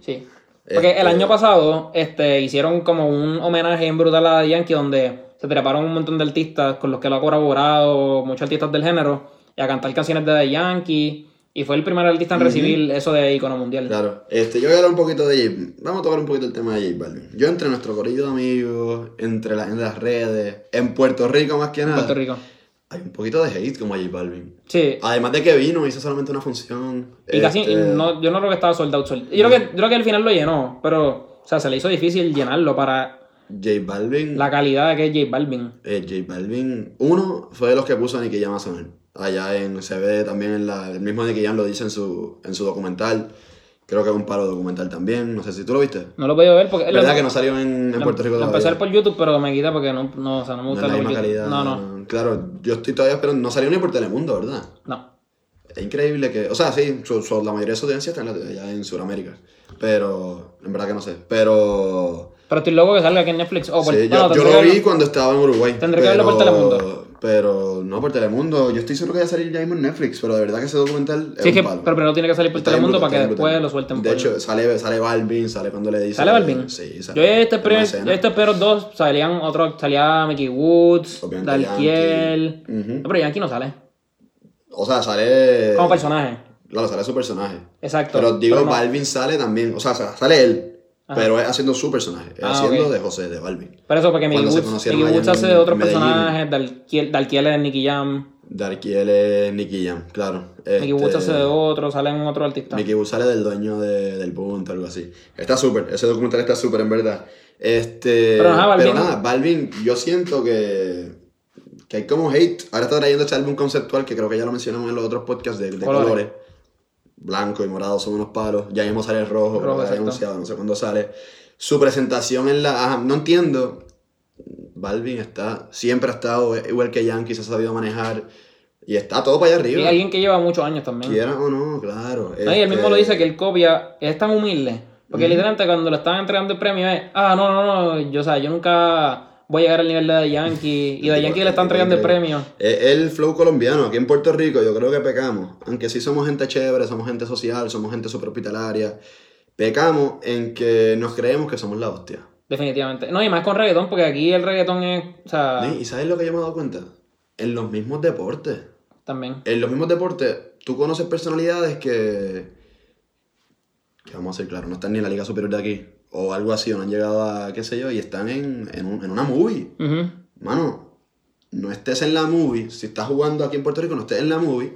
[SPEAKER 1] Sí. Porque
[SPEAKER 2] Este-
[SPEAKER 1] el año pasado este, hicieron como un homenaje en brutal a Yankee donde se treparon un montón de artistas con los que lo ha colaborado, muchos artistas del género, y a cantar canciones de The Yankee. Y fue el primer artista en recibir eso de icono mundial.
[SPEAKER 2] Claro, este, yo voy a hablar un poquito de J Vamos a tocar un poquito el tema de J Balvin. Yo entre nuestro corillo de amigos, entre la- en las redes, en Puerto Rico más que nada,
[SPEAKER 1] Puerto Rico.
[SPEAKER 2] hay un poquito de hate como a J Balvin.
[SPEAKER 1] Sí.
[SPEAKER 2] Además de que vino, hizo solamente una función.
[SPEAKER 1] Y casi,
[SPEAKER 2] Ah, este,
[SPEAKER 1] y no, yo no creo que estaba sold out. sold- Yo, creo que, yo creo que al final lo llenó, pero, o sea, se le hizo difícil llenarlo para
[SPEAKER 2] J Balvin.
[SPEAKER 1] la calidad que es J Balvin.
[SPEAKER 2] Eh, J Balvin, uno fue de los que puso a Nicky Jam a sonar. Allá en, se ve también en la, el mismo Nicky Jam lo dice en su, en su documental. Creo que es un paro documental también. No sé si tú lo viste.
[SPEAKER 1] No lo he podido ver porque.
[SPEAKER 2] verdad que no salió en, en
[SPEAKER 1] lo-
[SPEAKER 2] Puerto Rico
[SPEAKER 1] lo
[SPEAKER 2] todavía.
[SPEAKER 1] empecé a ver Em, por YouTube, pero me quita porque no, no, o sea, no me
[SPEAKER 2] No es
[SPEAKER 1] gusta
[SPEAKER 2] la
[SPEAKER 1] lo
[SPEAKER 2] misma
[SPEAKER 1] por YouTube.
[SPEAKER 2] calidad.
[SPEAKER 1] No, no,
[SPEAKER 2] Claro, yo estoy todavía esperando. No salió ni por Telemundo, ¿verdad?
[SPEAKER 1] no.
[SPEAKER 2] Es increíble que. O sea, sí, su- su- la mayoría de su audiencia está en, Latino- allá en Sudamérica. Pero. En verdad que no sé. Pero.
[SPEAKER 1] Pero estoy loco que salga aquí en Netflix. O por-
[SPEAKER 2] sí,
[SPEAKER 1] bueno,
[SPEAKER 2] yo,
[SPEAKER 1] tendré
[SPEAKER 2] yo lo
[SPEAKER 1] que
[SPEAKER 2] vi
[SPEAKER 1] verlo.
[SPEAKER 2] cuando estaba en Uruguay.
[SPEAKER 1] Tendré que verlo por Telemundo.
[SPEAKER 2] Pero no por Telemundo. Yo estoy seguro que va a salir ya mismo en Netflix. Pero de verdad que ese documental.
[SPEAKER 1] Sí,
[SPEAKER 2] es
[SPEAKER 1] es
[SPEAKER 2] un
[SPEAKER 1] que,
[SPEAKER 2] palo.
[SPEAKER 1] pero primero tiene que salir por
[SPEAKER 2] Está
[SPEAKER 1] todo el
[SPEAKER 2] bien
[SPEAKER 1] mundo
[SPEAKER 2] brutal,
[SPEAKER 1] para que
[SPEAKER 2] está
[SPEAKER 1] después
[SPEAKER 2] bien brutal.
[SPEAKER 1] lo suelten
[SPEAKER 2] De
[SPEAKER 1] por-
[SPEAKER 2] hecho, sale, sale Balvin, sale cuando le dice.
[SPEAKER 1] ¿Sale Balvin?
[SPEAKER 2] Sí,
[SPEAKER 1] Yo
[SPEAKER 2] sale.
[SPEAKER 1] ya este
[SPEAKER 2] Una
[SPEAKER 1] pre,
[SPEAKER 2] escena.
[SPEAKER 1] ya este pero dos salían otros, salía Mickey Woods,
[SPEAKER 2] Obviamente,
[SPEAKER 1] Dalkiel.
[SPEAKER 2] Yankee. Ujú.
[SPEAKER 1] No, pero Yankee no sale.
[SPEAKER 2] O sea, sale.
[SPEAKER 1] Como personaje.
[SPEAKER 2] Claro, sale su personaje.
[SPEAKER 1] Exacto.
[SPEAKER 2] Eh, Pero digo,
[SPEAKER 1] no.
[SPEAKER 2] Balvin sale también. O sea, sale él.
[SPEAKER 1] Ajá.
[SPEAKER 2] Pero es haciendo su personaje. Es
[SPEAKER 1] Ah,
[SPEAKER 2] haciendo
[SPEAKER 1] ok.
[SPEAKER 2] de José, de Balvin.
[SPEAKER 1] Pero eso, porque Mickey
[SPEAKER 2] cuando se
[SPEAKER 1] Woods,
[SPEAKER 2] conocieron
[SPEAKER 1] Mickey
[SPEAKER 2] allá
[SPEAKER 1] Woods
[SPEAKER 2] en-
[SPEAKER 1] hace de otros
[SPEAKER 2] en Medellín.
[SPEAKER 1] personajes, Dalkiel, Dalkiel es Nicky Jam,
[SPEAKER 2] Darkiel es Nicky Jam, claro.
[SPEAKER 1] Mickey Woods hace de otro, salen otros artistas.
[SPEAKER 2] Este, Mickey Bull sale del dueño de- del punto, algo así. Está súper, ese documental está súper, en verdad. Este,
[SPEAKER 1] Pero ajá, Balvin-
[SPEAKER 2] nada, Balvin, yo siento que, que hay como hate. Ahora está trayendo este álbum conceptual que creo que ya lo mencionamos en los otros podcasts de, de
[SPEAKER 1] Colores.
[SPEAKER 2] colores. Blanco y morado son unos palos. Ya mismo sale el
[SPEAKER 1] Rojo,
[SPEAKER 2] rojo, creo que lo había
[SPEAKER 1] exacto.
[SPEAKER 2] anunciado, no sé cuándo sale. Su presentación en la... ajá, no entiendo. Balvin está, siempre ha estado igual que Yankee, se ha sabido manejar. Y está todo para allá
[SPEAKER 1] Y
[SPEAKER 2] arriba.
[SPEAKER 1] alguien que lleva muchos años también.
[SPEAKER 2] Quiera o no, claro.
[SPEAKER 1] No, y él mismo
[SPEAKER 2] este,
[SPEAKER 1] lo dice que él copia, es tan humilde. Porque
[SPEAKER 2] Ujú.
[SPEAKER 1] literalmente cuando le estaban entregando el premio es, ah, no, no, no, yo, o sea, yo nunca voy a llegar al nivel de Daddy Yankee. Y de Yankee le están entregando el premio.
[SPEAKER 2] Eh, El flow colombiano, aquí en Puerto Rico yo creo que pecamos, aunque sí somos gente chévere, somos gente social, somos gente super hospitalaria, pecamos en que nos creemos que somos la hostia.
[SPEAKER 1] Definitivamente. No, y más con reggaetón, porque aquí el reggaetón es, o sea,
[SPEAKER 2] ¿Y sabes lo que yo me he dado cuenta? En los mismos deportes.
[SPEAKER 1] también.
[SPEAKER 2] En los mismos deportes, tú conoces personalidades que... Que vamos a ser claros, no están ni en la Liga Superior de aquí, o algo así, o no han llegado a, qué sé yo, y están en, en, un- en una movie.
[SPEAKER 1] Ujú.
[SPEAKER 2] Mano, no estés en la movie, si estás jugando aquí en Puerto Rico, no estés en la movie.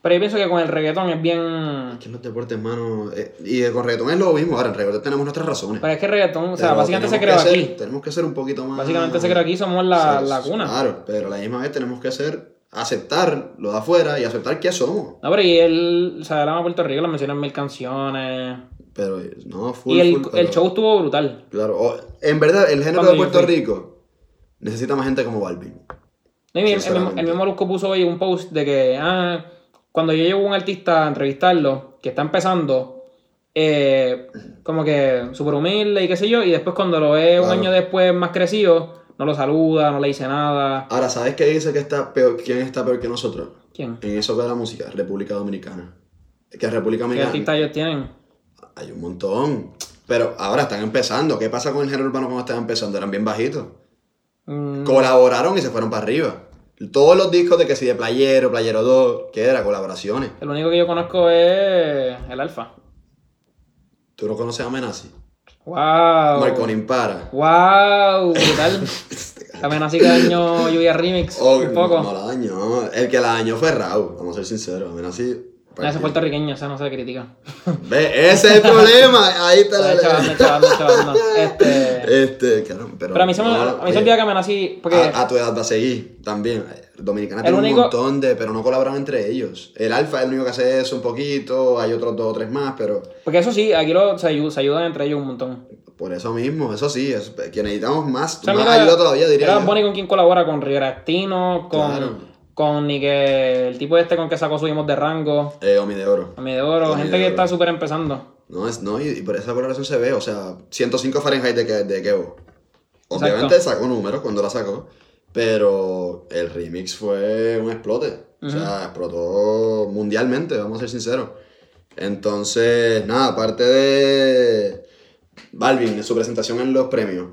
[SPEAKER 1] Pero yo pienso que con el reggaetón es bien...
[SPEAKER 2] Es que en los deportes, mano. eh, y eh, con reggaetón es lo mismo. Ahora, en reggaetón tenemos nuestras razones.
[SPEAKER 1] Pero es que el reggaetón, o sea,
[SPEAKER 2] Pero
[SPEAKER 1] básicamente se creó
[SPEAKER 2] tenemos que
[SPEAKER 1] aquí.
[SPEAKER 2] ser- Tenemos que ser un poquito más.
[SPEAKER 1] Básicamente se creó aquí, somos la,
[SPEAKER 2] o sea,
[SPEAKER 1] la cuna.
[SPEAKER 2] Claro, pero a la misma vez tenemos que ser. Aceptar lo de afuera y aceptar que somos.
[SPEAKER 1] No, pero y él, o sea, él ama Puerto Rico, lo mencionan mil canciones.
[SPEAKER 2] Pero eh, no, full.
[SPEAKER 1] y el,
[SPEAKER 2] full,
[SPEAKER 1] el
[SPEAKER 2] pero-
[SPEAKER 1] show estuvo brutal.
[SPEAKER 2] Claro. o- en verdad, el género
[SPEAKER 1] Cuando
[SPEAKER 2] de
[SPEAKER 1] yo
[SPEAKER 2] Puerto
[SPEAKER 1] fui.
[SPEAKER 2] Rico necesita más gente como Balvin.
[SPEAKER 1] No, y mi- el, mismo,
[SPEAKER 2] Sinceramente.
[SPEAKER 1] el mismo Molusco puso hoy un post de que ah, cuando yo llevo a un artista a entrevistarlo, que está empezando, eh, como que súper humilde y qué sé yo, y después cuando lo ve un
[SPEAKER 2] Claro.
[SPEAKER 1] año después más crecido, no lo saluda, no le dice nada.
[SPEAKER 2] Ahora, ¿sabes qué dice que está peor? ¿Quién está peor que nosotros?
[SPEAKER 1] ¿Quién?
[SPEAKER 2] En eso de la música, República Dominicana. Que República
[SPEAKER 1] ¿Qué
[SPEAKER 2] Dominicana.
[SPEAKER 1] artistas ellos tienen?
[SPEAKER 2] Hay un montón. Pero ahora están empezando. ¿Qué pasa con el género urbano cuando estaban empezando? Eran bien bajitos.
[SPEAKER 1] Mm,
[SPEAKER 2] Colaboraron y se fueron para arriba. Todos los discos de que si de Playero, Playero 2, que era colaboraciones.
[SPEAKER 1] el único que yo conozco es el Alfa.
[SPEAKER 2] Tú no conoces a Menassi.
[SPEAKER 1] ¡Wow!
[SPEAKER 2] Marconi Impara.
[SPEAKER 1] ¡Wow! Brutal. También así que daño Lluvia Remix.
[SPEAKER 2] Este Oh,
[SPEAKER 1] un poco.
[SPEAKER 2] No, no la dañó. El que la dañó fue Raúl, vamos a ser sinceros. Menassi. pues,
[SPEAKER 1] No, ese es puertorriqueño, ese no se critica.
[SPEAKER 2] Ve, ese es el problema. Ahí está
[SPEAKER 1] Está
[SPEAKER 2] la.
[SPEAKER 1] chavando, chavando, chavando. Este,
[SPEAKER 2] Este, claro, pero. eh,
[SPEAKER 1] pero a mí se me,
[SPEAKER 2] no,
[SPEAKER 1] a mí se me
[SPEAKER 2] oye,
[SPEAKER 1] olvida que Menasí, porque
[SPEAKER 2] a, a tu edad va a seguir también. Dominicana
[SPEAKER 1] El
[SPEAKER 2] tiene
[SPEAKER 1] único-
[SPEAKER 2] un montón de, pero no colaboran entre ellos. El Alfa es el único que hace eso un poquito, hay otros dos o tres más, pero
[SPEAKER 1] porque eso sí, aquí lo, se, ayu- se ayudan entre ellos un montón.
[SPEAKER 2] por eso mismo, eso sí, es, que necesitamos más,
[SPEAKER 1] O sea,
[SPEAKER 2] más
[SPEAKER 1] mira-
[SPEAKER 2] ayuda todavía, diría
[SPEAKER 1] Era
[SPEAKER 2] yo.
[SPEAKER 1] Bonnie con quien colabora, con Rivera Estino, con,
[SPEAKER 2] Claro.
[SPEAKER 1] con ni que el tipo este con que sacó Subimos de Rango,
[SPEAKER 2] Eh, Omi de Oro.
[SPEAKER 1] a de Oro,
[SPEAKER 2] Omi
[SPEAKER 1] gente
[SPEAKER 2] de
[SPEAKER 1] que
[SPEAKER 2] Oro.
[SPEAKER 1] está súper empezando.
[SPEAKER 2] No, es, no y, y por esa colaboración se ve, o sea, 105 Fahrenheit de, que- de Kevo. Obviamente sacó números cuando la sacó, pero el remix fue un explote. O sea, explotó mundialmente, vamos a ser sinceros. Entonces, nada, aparte de Balvin, en su presentación en los premios.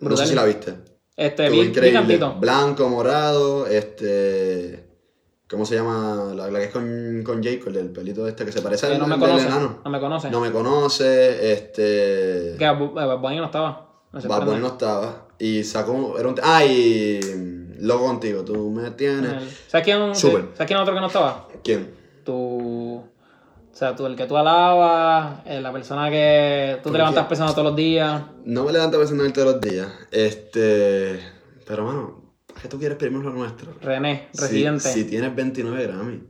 [SPEAKER 2] No
[SPEAKER 1] Brutal.
[SPEAKER 2] sé si la viste.
[SPEAKER 1] Este,
[SPEAKER 2] Estuvo
[SPEAKER 1] vi, vi
[SPEAKER 2] increíble.
[SPEAKER 1] cantito.
[SPEAKER 2] Blanco, morado, este... ¿Cómo se llama? La, la que es con, con Jacob, el del pelito este que se parece
[SPEAKER 1] que
[SPEAKER 2] al,
[SPEAKER 1] no me
[SPEAKER 2] al del
[SPEAKER 1] conoce.
[SPEAKER 2] enano.
[SPEAKER 1] No me conoce.
[SPEAKER 2] No me conoce, este...
[SPEAKER 1] Que Bu- eh, Bad Bunny no estaba. Me
[SPEAKER 2] Bad
[SPEAKER 1] sorprende.
[SPEAKER 2] Bunny no estaba. Y sacó. Era un. Ah, y. mm, Loco contigo, tú me
[SPEAKER 1] El-
[SPEAKER 2] tienes.
[SPEAKER 1] ¿Sabes quién,
[SPEAKER 2] Súper.
[SPEAKER 1] ¿Sabes quién otro que no estaba?
[SPEAKER 2] ¿Quién?
[SPEAKER 1] tú, o sea, tú, el que tú alabas, eh, la persona que tú
[SPEAKER 2] ¿Por
[SPEAKER 1] te levantas
[SPEAKER 2] qué?
[SPEAKER 1] pensando todos los días.
[SPEAKER 2] No me levanto pensando en él todos los días. Este. Pero, mano, ¿para qué tú quieres primero lo nuestro?
[SPEAKER 1] René,
[SPEAKER 2] Si-
[SPEAKER 1] residente.
[SPEAKER 2] Si, tienes 29 Grammy.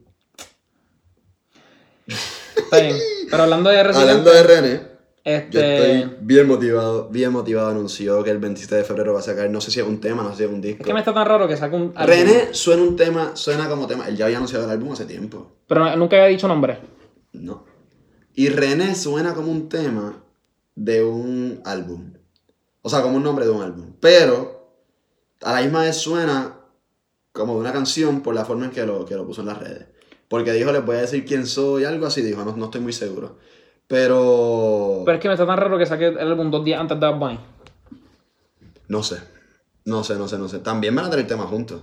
[SPEAKER 1] Está bien. Pero hablando de residente,
[SPEAKER 2] Hablando de René. Yo
[SPEAKER 1] Este,
[SPEAKER 2] estoy bien motivado, bien motivado. Anunció que el 27 de febrero va a sacar, no sé si es un tema, no sé si es un disco.
[SPEAKER 1] Es que me está tan raro que saca un. álbum.
[SPEAKER 2] René suena un tema, suena como tema. Él ya había anunciado el álbum hace tiempo.
[SPEAKER 1] Pero no- nunca había dicho nombre.
[SPEAKER 2] No. Y René suena como un tema de un álbum. O sea, como un nombre de un álbum. Pero a la misma vez suena como de una canción por la forma en que lo, que lo puso en las redes. Porque dijo, les voy a decir quién soy, algo así dijo, no, no estoy muy seguro. Pero...
[SPEAKER 1] Pero es que me está tan raro que saque el álbum dos días antes de Bad Bunny.
[SPEAKER 2] No sé. No sé, no sé, no sé. También van a tener temas juntos.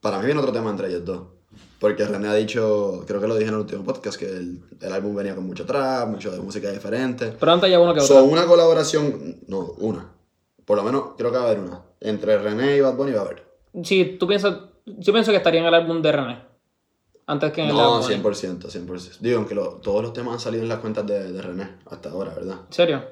[SPEAKER 2] Para mí viene otro tema entre ellos dos. Porque René ha dicho, creo que lo dije en el último podcast, que el, el álbum venía con mucho trap, mucho de música diferente.
[SPEAKER 1] Pero antes ya uno que otro.
[SPEAKER 2] Son una colaboración, no, una. Por lo menos creo que va a haber una. Entre René y Bad Bunny va a haber.
[SPEAKER 1] Sí, tú piensas. Yo pienso que estaría en el álbum de René. Antes que en el
[SPEAKER 2] No,
[SPEAKER 1] álbum.
[SPEAKER 2] 100%, 100%. Digo, aunque lo- todos los temas han salido en las cuentas de, de René hasta ahora, ¿verdad?
[SPEAKER 1] ¿En serio?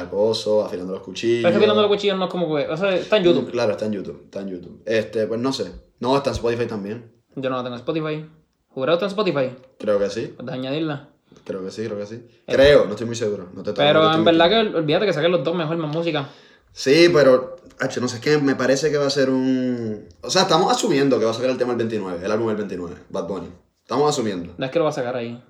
[SPEAKER 2] Bellacoso, afilando los cuchillos.
[SPEAKER 1] Pero es que tirando los cuchillos no es como que. O sea, está en YouTube.
[SPEAKER 2] Claro, está en YouTube, está en YouTube. Este, pues no sé. No, está en Spotify también.
[SPEAKER 1] Yo no la tengo en Spotify. ¿Jurado está en Spotify?
[SPEAKER 2] Creo que sí,
[SPEAKER 1] Puedes añadirla.
[SPEAKER 2] creo que sí, creo que sí. Creo, no estoy muy seguro. No te
[SPEAKER 1] Eh. Pero
[SPEAKER 2] no te
[SPEAKER 1] en
[SPEAKER 2] estoy
[SPEAKER 1] verdad que ol- olvídate que saquen los dos mejor más música.
[SPEAKER 2] Sí, pero, hacho, no sé, es que me parece que va a ser un... O sea, estamos asumiendo que va a sacar el tema el 29, el álbum el 29, Bad Bunny. Estamos asumiendo.
[SPEAKER 1] No es que lo va a sacar ahí.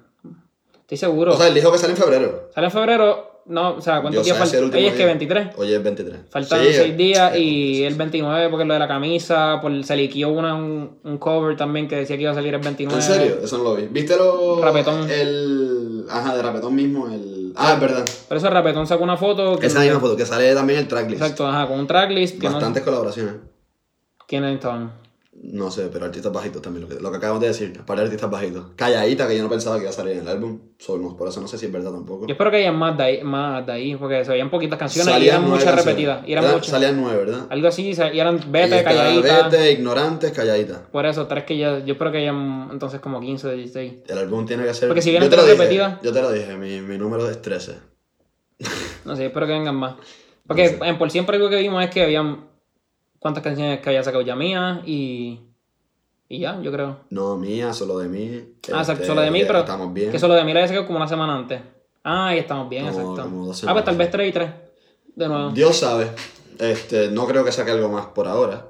[SPEAKER 1] Estoy seguro.
[SPEAKER 2] O sea, él dijo que sale en febrero.
[SPEAKER 1] Sale en febrero. No, o sea, ¿cuántos
[SPEAKER 2] Dios
[SPEAKER 1] días
[SPEAKER 2] sabe si
[SPEAKER 1] falta?
[SPEAKER 2] el último
[SPEAKER 1] Oye, es que
[SPEAKER 2] día.
[SPEAKER 1] 23.
[SPEAKER 2] Hoy es 23.
[SPEAKER 1] Faltan
[SPEAKER 2] Sí,
[SPEAKER 1] 6 días
[SPEAKER 2] eh,
[SPEAKER 1] y el 29 porque lo de la camisa, por, se liquió una, un, un cover también que decía que iba a salir el 29.
[SPEAKER 2] ¿En serio? Eso no lo vi. ¿Viste lo...?
[SPEAKER 1] Rapetón.
[SPEAKER 2] El... Ajá, de Rapetón mismo, el... Ah, es verdad.
[SPEAKER 1] Pero eso Rapetón sacó una foto. Que
[SPEAKER 2] Esa misma foto, que sale también el tracklist.
[SPEAKER 1] Exacto, ajá, con un tracklist. Que
[SPEAKER 2] Bastantes colaboraciones.
[SPEAKER 1] No, ¿Quiénes estaban?
[SPEAKER 2] No sé, pero artistas bajitos también, lo que, lo que acabamos de decir, para artistas bajitos. Calladita, que yo no pensaba que iba a salir en el álbum, so, no, por eso no sé si es verdad tampoco.
[SPEAKER 1] Yo espero que hayan más de ahí, más de ahí porque se veían poquitas canciones y
[SPEAKER 2] Salían
[SPEAKER 1] eran
[SPEAKER 2] nueve
[SPEAKER 1] muchas
[SPEAKER 2] canciones.
[SPEAKER 1] repetidas. Y eran
[SPEAKER 2] Era-
[SPEAKER 1] muchas.
[SPEAKER 2] Salían nueve, ¿verdad?
[SPEAKER 1] Algo así, se- y eran
[SPEAKER 2] Y
[SPEAKER 1] vete,
[SPEAKER 2] está
[SPEAKER 1] calladita.
[SPEAKER 2] Vete, ignorantes, calladita.
[SPEAKER 1] Por eso, tres que ya, yo espero que hayan entonces como 15 o 16.
[SPEAKER 2] El álbum tiene que ser...
[SPEAKER 1] Porque si
[SPEAKER 2] yo
[SPEAKER 1] vienen
[SPEAKER 2] te lo
[SPEAKER 1] tres
[SPEAKER 2] dije,
[SPEAKER 1] repetidas-
[SPEAKER 2] Yo te lo dije, mi, mi número es 13.
[SPEAKER 1] No sé, espero que vengan más. Porque
[SPEAKER 2] No
[SPEAKER 1] en por siempre algo que vimos es que habían cuántas canciones que había sacado ya mía y. Y ya, yo creo.
[SPEAKER 2] No, mía, solo de mí.
[SPEAKER 1] Ah, exacto,
[SPEAKER 2] este,
[SPEAKER 1] solo de mí,
[SPEAKER 2] que
[SPEAKER 1] pero.
[SPEAKER 2] Estamos bien.
[SPEAKER 1] Que solo de mí la había sacado como una semana antes. Ah, y estamos bien,
[SPEAKER 2] Como-
[SPEAKER 1] exacto.
[SPEAKER 2] como dos
[SPEAKER 1] ah, pues tal
[SPEAKER 2] semanas. Mm.
[SPEAKER 1] vez 3 y 3. De nuevo.
[SPEAKER 2] Dios sabe. Este, no creo que saque algo más por ahora.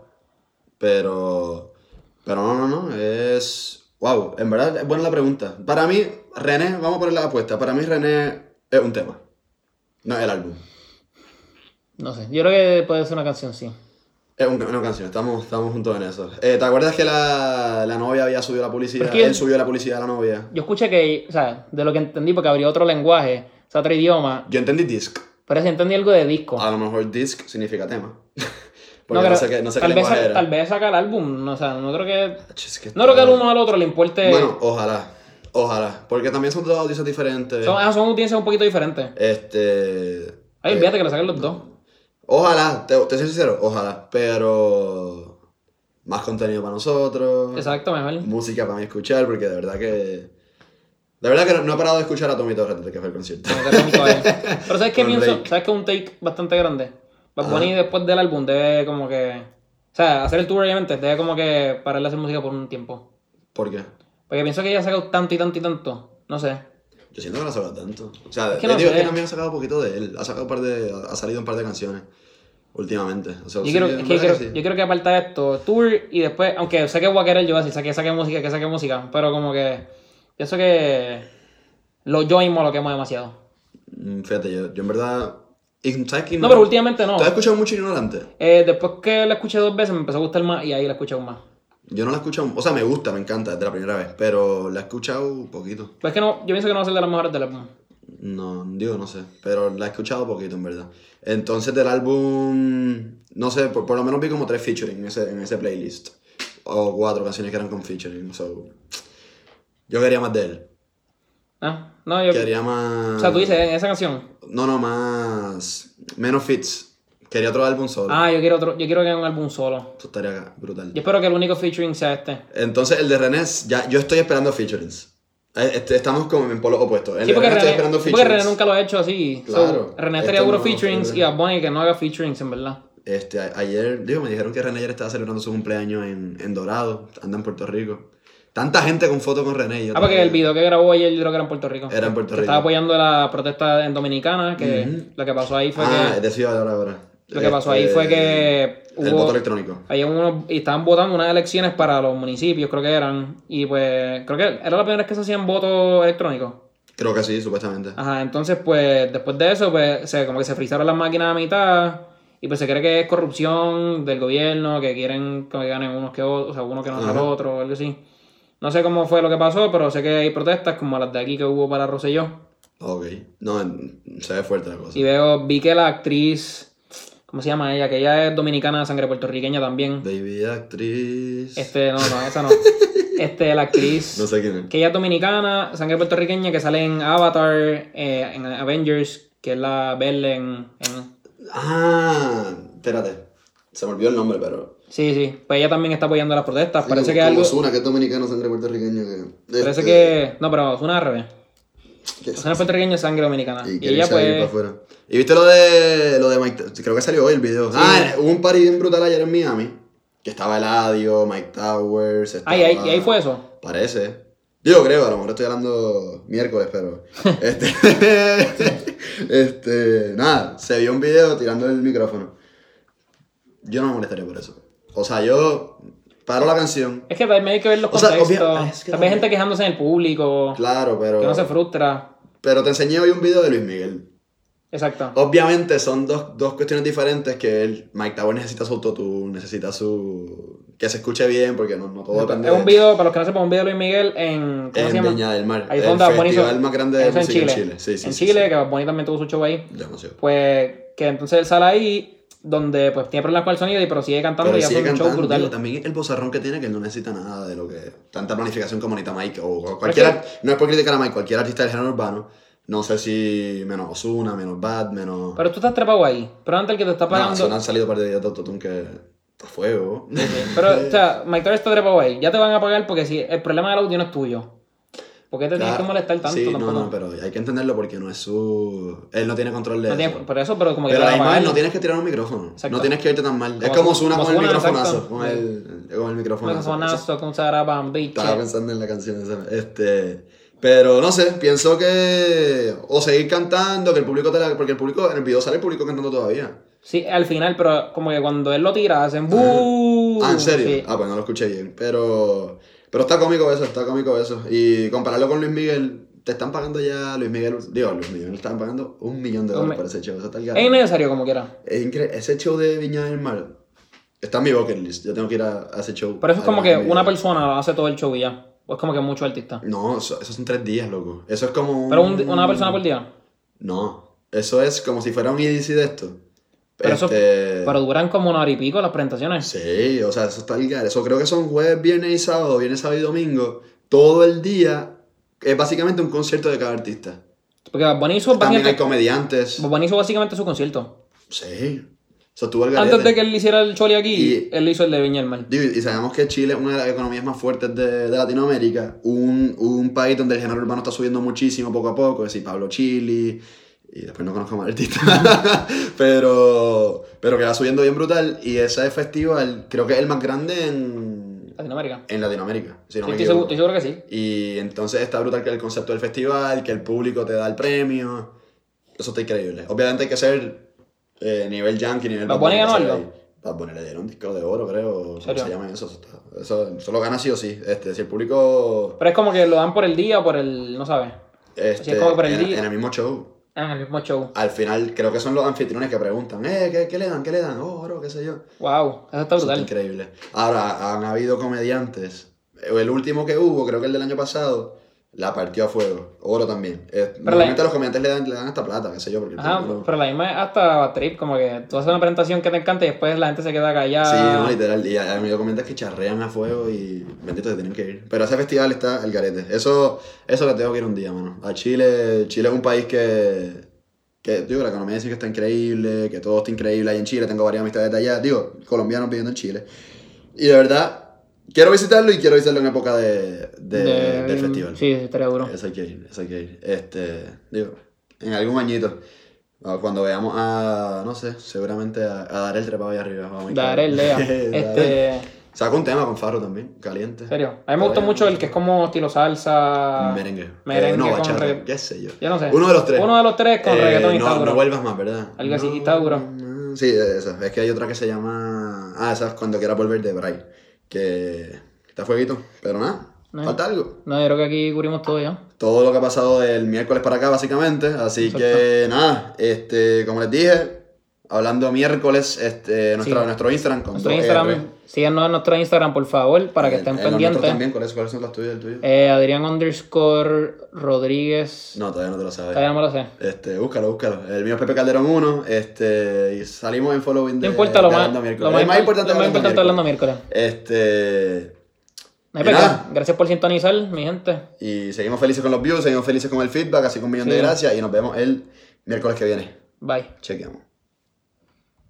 [SPEAKER 2] Pero. Pero no, no, no. Es. Wow, en verdad es buena la pregunta. Para mí, René, vamos a poner la apuesta. Para mí, René es un tema. No es el álbum.
[SPEAKER 1] No sé, yo creo que puede ser una canción, sí.
[SPEAKER 2] Es un- una canción, estamos, estamos juntos en eso. Eh, ¿Te acuerdas que la, la novia había subido la publicidad?
[SPEAKER 1] Pero es que-
[SPEAKER 2] Él subió la publicidad a la novia.
[SPEAKER 1] Yo escuché que, o sea, de lo que entendí, porque abrió otro lenguaje, o sea, otro idioma,
[SPEAKER 2] Yo entendí disc.
[SPEAKER 1] pero sí entendí algo de disco.
[SPEAKER 2] A lo mejor disc significa tema.
[SPEAKER 1] No,
[SPEAKER 2] Ah, Porque no,
[SPEAKER 1] pero
[SPEAKER 2] sé qué, no sé qué
[SPEAKER 1] tal, vez,
[SPEAKER 2] lenguaje
[SPEAKER 1] sa-
[SPEAKER 2] era.
[SPEAKER 1] tal vez saca el álbum, no, o sea, no creo que.
[SPEAKER 2] Ach, es que
[SPEAKER 1] No creo que
[SPEAKER 2] está-
[SPEAKER 1] al uno al otro le importe.
[SPEAKER 2] Bueno, ojalá. Ojalá. Porque también son dos audiencias diferentes.
[SPEAKER 1] son, ah, son audiencias un poquito diferentes.
[SPEAKER 2] Este.
[SPEAKER 1] Ay,
[SPEAKER 2] eh,
[SPEAKER 1] olvídate que lo saquen los dos.
[SPEAKER 2] Ojalá, te, te soy sincero, ojalá. Pero. Más contenido para nosotros.
[SPEAKER 1] Exacto, mejor.
[SPEAKER 2] Música para mí escuchar, porque de verdad que. De verdad que no, no he parado de escuchar a Tommy Torres desde que fue el concierto.
[SPEAKER 1] Como que ronco es. Pero sabes que
[SPEAKER 2] Con
[SPEAKER 1] pienso,
[SPEAKER 2] Drake.
[SPEAKER 1] sabes que es un take bastante grande. Bad
[SPEAKER 2] Ajá.
[SPEAKER 1] Bunny después del álbum debe como que. O sea, hacer el tour obviamente, debe como que parar de hacer música por un tiempo.
[SPEAKER 2] ¿Por qué?
[SPEAKER 1] Porque pienso que ya ha sacado tanto y tanto y tanto. No sé.
[SPEAKER 2] Yo siento que no ha sacado tanto. O sea,
[SPEAKER 1] Es que
[SPEAKER 2] le
[SPEAKER 1] no
[SPEAKER 2] digo
[SPEAKER 1] sé.
[SPEAKER 2] que también ha sacado poquito de él. Ha, sacado un par de, ha salido un par de canciones últimamente. O sea,
[SPEAKER 1] Yo,
[SPEAKER 2] sí,
[SPEAKER 1] quiero,
[SPEAKER 2] en
[SPEAKER 1] es que yo,
[SPEAKER 2] verdad
[SPEAKER 1] quiero,
[SPEAKER 2] que sí.
[SPEAKER 1] yo quiero que aparta de esto, tour y después, aunque sé que voy a querer yo así, saque, saque música, que saque música, pero como que pienso que lo yo mismo lo quemo demasiado.
[SPEAKER 2] Mm, Fíjate, yo, yo en verdad. y- ¿Sabes qué?
[SPEAKER 1] No, pero últimamente no.
[SPEAKER 2] ¿Te has escuchado mucho ignorante?
[SPEAKER 1] Eh, después que la escuché dos veces me empezó a gustar más y ahí la escuché aún más.
[SPEAKER 2] Yo no la he escuchado, o sea, me gusta, me encanta desde la primera vez, pero la he escuchado poquito.
[SPEAKER 1] Pues es que no, yo pienso que no va a ser de las mejores del álbum.
[SPEAKER 2] No, digo, no sé, pero la he escuchado poquito en verdad. Entonces del álbum, no sé, por, por lo menos vi como tres featuring en ese, en ese playlist. O cuatro canciones que eran con featuring, so... Yo quería más de él.
[SPEAKER 1] Ah, No, yo.
[SPEAKER 2] Quería más...
[SPEAKER 1] O sea, tú dices en esa canción.
[SPEAKER 2] No, no, más... Menos fits. Quería otro álbum solo.
[SPEAKER 1] Ah, yo quiero otro, yo quiero que haga un álbum solo.
[SPEAKER 2] Eso estaría brutal.
[SPEAKER 1] Yo espero que el único featuring sea este.
[SPEAKER 2] Entonces el de René, es- ya, yo estoy esperando featurings. Eh, este, Estamos como en polos opuestos. El
[SPEAKER 1] Sí,
[SPEAKER 2] de
[SPEAKER 1] porque
[SPEAKER 2] René estoy
[SPEAKER 1] René,
[SPEAKER 2] esperando
[SPEAKER 1] sí, porque René
[SPEAKER 2] featurings.
[SPEAKER 1] nunca lo ha hecho así. So,
[SPEAKER 2] Claro.
[SPEAKER 1] René
[SPEAKER 2] Esto
[SPEAKER 1] estaría duro
[SPEAKER 2] no,
[SPEAKER 1] featurings
[SPEAKER 2] no.
[SPEAKER 1] y a Bunny que no haga featurings, en verdad.
[SPEAKER 2] Este, a- ayer, digo, me dijeron que René ayer estaba celebrando su cumpleaños en, en Dorado, anda en Puerto Rico. Tanta gente con foto con René. yo
[SPEAKER 1] Ah, porque
[SPEAKER 2] todavía-
[SPEAKER 1] el video que grabó ayer yo creo que era en Puerto Rico.
[SPEAKER 2] Era en Puerto
[SPEAKER 1] Que
[SPEAKER 2] Rico.
[SPEAKER 1] Estaba apoyando la protesta en Dominicana, que
[SPEAKER 2] Ujú.
[SPEAKER 1] lo que pasó pues ahí fue
[SPEAKER 2] Ah,
[SPEAKER 1] que...
[SPEAKER 2] es decir, ahora, ahora. Este,
[SPEAKER 1] Lo que pasó ahí fue que
[SPEAKER 2] El
[SPEAKER 1] hubo-
[SPEAKER 2] voto electrónico.
[SPEAKER 1] Ahí uno, y estaban votando unas elecciones para los municipios, creo que eran. Y pues, creo que era la primera vez que se hacían votos electrónicos.
[SPEAKER 2] Creo que sí, supuestamente.
[SPEAKER 1] Ajá, entonces, pues, después de eso, pues, se, como que se frizaron las máquinas a mitad. Y pues se cree que es corrupción del gobierno, que quieren como que ganen unos que otros, o sea, uno que no al
[SPEAKER 2] Ajá.
[SPEAKER 1] otro, o algo así. No sé cómo fue lo que pasó, pero sé que hay protestas como las de aquí que hubo para Rosselló.
[SPEAKER 2] Ok. No, en- se ve fuerte la cosa.
[SPEAKER 1] Y veo, vi que la actriz, ¿cómo se llama ella? Que ella es dominicana de sangre puertorriqueña también.
[SPEAKER 2] Baby actriz.
[SPEAKER 1] Este, no, no, esa no. Este, la actriz.
[SPEAKER 2] No sé quién es.
[SPEAKER 1] Que ella es dominicana, sangre puertorriqueña, que sale en Avatar, eh, en Avengers, que es la Belle en, en-
[SPEAKER 2] Ah, espérate. Se me olvidó el nombre, pero.
[SPEAKER 1] Sí, sí. Pues ella también está apoyando las protestas. Parece
[SPEAKER 2] Como-
[SPEAKER 1] que
[SPEAKER 2] como
[SPEAKER 1] algo...
[SPEAKER 2] Ozuna, que es dominicano, sangre puertorriqueño. Que,
[SPEAKER 1] Parece
[SPEAKER 2] este,
[SPEAKER 1] que... No, pero Ozuna al revés.
[SPEAKER 2] que-
[SPEAKER 1] Ozuna puertorriqueña es sangre dominicana.
[SPEAKER 2] Y,
[SPEAKER 1] Y,
[SPEAKER 2] quiere
[SPEAKER 1] ella
[SPEAKER 2] irse a vivir
[SPEAKER 1] pues...
[SPEAKER 2] para afuera. ¿Y viste lo de, lo de Mike Tyson? Creo que salió hoy el video. Ah, hubo un party bien brutal ayer en Miami. Que estaba Eladio, Mike Towers. Estaba...
[SPEAKER 1] Ay, ahí, y ahí fue eso.
[SPEAKER 2] Parece. Yo creo, a lo mejor estoy hablando miércoles, pero. este, este. Nada, se vio un video tirando el micrófono. Yo no me molestaría por eso. O sea, yo paro la canción,
[SPEAKER 1] Es que también hay que ver los
[SPEAKER 2] O sea,
[SPEAKER 1] contextos.
[SPEAKER 2] obvia- es que
[SPEAKER 1] también hay
[SPEAKER 2] también-
[SPEAKER 1] gente quejándose en el público,
[SPEAKER 2] claro, pero.
[SPEAKER 1] que no se frustra.
[SPEAKER 2] Pero te enseñé hoy un video de Luis Miguel.
[SPEAKER 1] Exacto.
[SPEAKER 2] Oh, Obviamente son dos, dos cuestiones diferentes que él, Mike Tower necesita su autotune, necesita su... que se escuche bien porque no, no todo depende
[SPEAKER 1] Es un video, para los que no sepan, un video de Luis Miguel en... ¿Cómo
[SPEAKER 2] en
[SPEAKER 1] se llama?
[SPEAKER 2] Viña del Mar.
[SPEAKER 1] Ahí
[SPEAKER 2] el
[SPEAKER 1] fue donde Bad Bunny hizo-
[SPEAKER 2] festival más grande de
[SPEAKER 1] eso en
[SPEAKER 2] música
[SPEAKER 1] Chile.
[SPEAKER 2] en Chile. Sí, sí,
[SPEAKER 1] en
[SPEAKER 2] sí,
[SPEAKER 1] Chile,
[SPEAKER 2] sí.
[SPEAKER 1] que Bad Bunny también tuvo su show ahí.
[SPEAKER 2] Demasiado.
[SPEAKER 1] Pues que entonces él sale ahí, donde pues tiene problemas con el sonido, y- pero sigue cantando
[SPEAKER 2] Pero
[SPEAKER 1] y hace
[SPEAKER 2] sigue
[SPEAKER 1] un show
[SPEAKER 2] cantando.
[SPEAKER 1] brutal.
[SPEAKER 2] digo, también el bozarrón que tiene que él no necesita nada de lo que... Tanta planificación como necesita Mike o, o cualquier...
[SPEAKER 1] Pero
[SPEAKER 2] ar- No es por criticar a Mike, cualquier artista del género urbano. No sé si menos Ozuna, menos Bad, menos...
[SPEAKER 1] Pero tú estás trepado ahí. Pero antes el que te está
[SPEAKER 2] no,
[SPEAKER 1] pagando.
[SPEAKER 2] Ozuna han salido par de videos de autotune que... está fuego.
[SPEAKER 1] Sí, Pero, o sea, Mike Tower está trepado ahí. Ya te van a pagar porque si el problema del audio no es tuyo. ¿Por qué te tienes que
[SPEAKER 2] Claro.
[SPEAKER 1] molestar tanto
[SPEAKER 2] sí,
[SPEAKER 1] tampoco?
[SPEAKER 2] No, no, pero hay que entenderlo porque no es su. Él no tiene control de
[SPEAKER 1] No
[SPEAKER 2] eso.
[SPEAKER 1] tienes- por eso, pero como que
[SPEAKER 2] pero
[SPEAKER 1] te
[SPEAKER 2] la
[SPEAKER 1] van a
[SPEAKER 2] imagen no
[SPEAKER 1] pagar.
[SPEAKER 2] tienes que tirar un micrófono.
[SPEAKER 1] Exacto.
[SPEAKER 2] No tienes que irte tan mal. es
[SPEAKER 1] Como
[SPEAKER 2] como
[SPEAKER 1] su-
[SPEAKER 2] Zuna
[SPEAKER 1] como
[SPEAKER 2] con el
[SPEAKER 1] Ozuna,
[SPEAKER 2] microfonazo.
[SPEAKER 1] exacto.
[SPEAKER 2] Con el, con el microfonazo. Eso-
[SPEAKER 1] Microfonazo con Sarabam, bicho.
[SPEAKER 2] Estaba pensando en la canción esa. Este. Pero no sé, pienso que. O seguir cantando, que el público te la. Porque el público, en el video sale el público cantando todavía.
[SPEAKER 1] Sí, al final, pero como que cuando él lo tira, hacen ¡Buu!
[SPEAKER 2] ah, ¿en serio?
[SPEAKER 1] Uh, Sí.
[SPEAKER 2] Ah, pues no lo escuché bien. Pero. Pero está cómico eso, está cómico eso. Y compararlo con Luis Miguel. Te están pagando ya, Luis Miguel. Digo, Luis Miguel, le están pagando un millón de
[SPEAKER 1] Un
[SPEAKER 2] dólares
[SPEAKER 1] mi-
[SPEAKER 2] por ese show. Eso está el
[SPEAKER 1] Es
[SPEAKER 2] garete.
[SPEAKER 1] innecesario como quiera.
[SPEAKER 2] Es increíble. Ese show de Viña del Mar está en mi bucket list. Yo tengo que ir a, a ese show.
[SPEAKER 1] Pero eso es como
[SPEAKER 2] A
[SPEAKER 1] que
[SPEAKER 2] ver,
[SPEAKER 1] una
[SPEAKER 2] mi-
[SPEAKER 1] persona hace todo el show y ya. O es como que muchos artistas.
[SPEAKER 2] No, eso, esos son tres días, loco. Eso es como. un-
[SPEAKER 1] Pero un- una persona por día.
[SPEAKER 2] No. Eso es como si fuera un EDC de esto.
[SPEAKER 1] Pero eso-
[SPEAKER 2] Este-
[SPEAKER 1] Pero duran como una hora y pico las presentaciones.
[SPEAKER 2] Sí, o sea, eso está el gar- Eso creo que son jueves, viernes y sábado, viernes, sábado y domingo. Todo el día es básicamente un concierto de cada artista.
[SPEAKER 1] Porque Bad Bunny hizo,
[SPEAKER 2] También hay
[SPEAKER 1] básicamente,
[SPEAKER 2] comediantes.
[SPEAKER 1] Bad Bunny hizo básicamente su concierto.
[SPEAKER 2] Sí. Eso estuvo el garete.
[SPEAKER 1] Antes de que él hiciera el choli aquí,
[SPEAKER 2] Y-
[SPEAKER 1] él hizo el de Viña del Mar.
[SPEAKER 2] Digo, Y sabemos que Chile es una de las economías más fuertes de, de Latinoamérica, un, un país donde el género urbano está subiendo muchísimo poco a poco, es decir, Pablo Chili, y después no conozco más artistas, pero, pero que va subiendo bien brutal, y ese festival creo que es el más grande en,
[SPEAKER 1] Latinoamérica.
[SPEAKER 2] en Latinoamérica, si no
[SPEAKER 1] Sí,
[SPEAKER 2] me
[SPEAKER 1] estoy, seguro,
[SPEAKER 2] equivoco.
[SPEAKER 1] estoy seguro que sí.
[SPEAKER 2] Y entonces está brutal que el concepto del festival, que el público te da el premio. Eso está increíble. Obviamente hay que ser eh, nivel yankee, nivel
[SPEAKER 1] ¿Bad Bunny ganó
[SPEAKER 2] Bad Bunny para salir ahí. Bad Bunny le dieron un disco de oro, creo. ¿Cómo
[SPEAKER 1] serio?
[SPEAKER 2] se llama eso? Eso, está- eso- eso lo gana sí o sí. Este, si el público.
[SPEAKER 1] Pero es como que lo dan por el día o por el. No sabes.
[SPEAKER 2] Este,
[SPEAKER 1] es como por el
[SPEAKER 2] en,
[SPEAKER 1] día.
[SPEAKER 2] en el mismo show.
[SPEAKER 1] Ah, en el mismo show.
[SPEAKER 2] Al final, creo que son los anfitriones que preguntan: eh, ¿qué, qué le dan? ¿Qué le dan? Oh, oro, qué sé yo.
[SPEAKER 1] Wow, eso está
[SPEAKER 2] Eso está
[SPEAKER 1] brutal.
[SPEAKER 2] increíble. Ahora, han habido comediantes. El último que hubo, creo que el del año pasado, la partió a fuego. Oro también. Eh, normalmente los comediantes le dan, le dan hasta plata, qué sé yo, porque el
[SPEAKER 1] Ajá,
[SPEAKER 2] público no-
[SPEAKER 1] pero la misma es hasta Trip, como que tú haces una presentación que te encanta y después la gente se queda callada.
[SPEAKER 2] Sí, no, literal. Y ha ha habido comediantes que charrean a fuego y bendito se tienen que ir. Pero ese festival está el garete. Eso, eso le tengo que ir un día, mano. A Chile, Chile es un país que. que digo, la economía dicen que está increíble, que todo está increíble ahí en Chile. Tengo varias amistades de allá. Digo, colombianos viviendo en Chile. Y de verdad, quiero visitarlo y quiero visitarlo en época de, de-
[SPEAKER 1] De-
[SPEAKER 2] del festival.
[SPEAKER 1] Sí, sí, estaría duro.
[SPEAKER 2] Eso hay que ir, eso hay que ir. Este, digo, en algún añito. ah, Cuando veamos a, no sé, seguramente a, a Darel trepado ahí arriba. vamos a ir
[SPEAKER 1] Daré el lea.
[SPEAKER 2] cabrón. Darel.
[SPEAKER 1] este.
[SPEAKER 2] Sacó un tema con Farro también, caliente.
[SPEAKER 1] En serio. A mí me gustó
[SPEAKER 2] Todavía
[SPEAKER 1] mucho
[SPEAKER 2] no
[SPEAKER 1] el
[SPEAKER 2] sé.
[SPEAKER 1] que es como estilo salsa.
[SPEAKER 2] Merengue.
[SPEAKER 1] Merengue
[SPEAKER 2] Eh, no,
[SPEAKER 1] con
[SPEAKER 2] bachata,
[SPEAKER 1] regga-
[SPEAKER 2] qué sé yo.
[SPEAKER 1] Yo no sé.
[SPEAKER 2] Uno de los tres.
[SPEAKER 1] Uno de los tres con
[SPEAKER 2] Eh,
[SPEAKER 1] reggaetón y
[SPEAKER 2] no,
[SPEAKER 1] Tauro.
[SPEAKER 2] no vuelvas más, ¿verdad?
[SPEAKER 1] Algo así,
[SPEAKER 2] No,
[SPEAKER 1] y Tauro.
[SPEAKER 2] no, Sí, eh, esa. Es que hay otra que se llama. Ah, esa es cuando quieras volver de Bray. Que está fueguito. Pero nada,
[SPEAKER 1] No.
[SPEAKER 2] falta algo.
[SPEAKER 1] No, yo creo que aquí cubrimos todo ya.
[SPEAKER 2] Todo lo que ha pasado del miércoles para acá, básicamente. Así que nada, este, como les dije, hablando miércoles, este, nuestro,
[SPEAKER 1] Sí.
[SPEAKER 2] nuestro Instagram con
[SPEAKER 1] Nuestro
[SPEAKER 2] dos
[SPEAKER 1] Instagram,
[SPEAKER 2] R. Eh,
[SPEAKER 1] síganos en nuestro Instagram, por favor, para que
[SPEAKER 2] El-
[SPEAKER 1] estén
[SPEAKER 2] el nuestro
[SPEAKER 1] pendientes.
[SPEAKER 2] también, ¿cuáles, ¿Cuáles son los tuyos? El tuyo?
[SPEAKER 1] Eh, Adrián underscore Rodríguez.
[SPEAKER 2] No, todavía no te lo sabes.
[SPEAKER 1] Todavía no me lo sé.
[SPEAKER 2] Este, búscalo, búscalo. El mío es Pepe Calderón 1, este, y salimos en following de
[SPEAKER 1] No importa lo
[SPEAKER 2] de
[SPEAKER 1] más.
[SPEAKER 2] Hablando
[SPEAKER 1] Lo
[SPEAKER 2] Miércoles.
[SPEAKER 1] más,
[SPEAKER 2] El más importante
[SPEAKER 1] lo más
[SPEAKER 2] Hablando
[SPEAKER 1] importante hablando
[SPEAKER 2] Miércoles.
[SPEAKER 1] miércoles.
[SPEAKER 2] Este,
[SPEAKER 1] No hay
[SPEAKER 2] Y
[SPEAKER 1] pecado.
[SPEAKER 2] nada.
[SPEAKER 1] Gracias por sintonizar, mi gente.
[SPEAKER 2] y seguimos felices con los views, seguimos felices con el feedback, así que un millón
[SPEAKER 1] Sí.
[SPEAKER 2] de gracias y nos vemos el miércoles que viene.
[SPEAKER 1] Bye.
[SPEAKER 2] Chequeamos.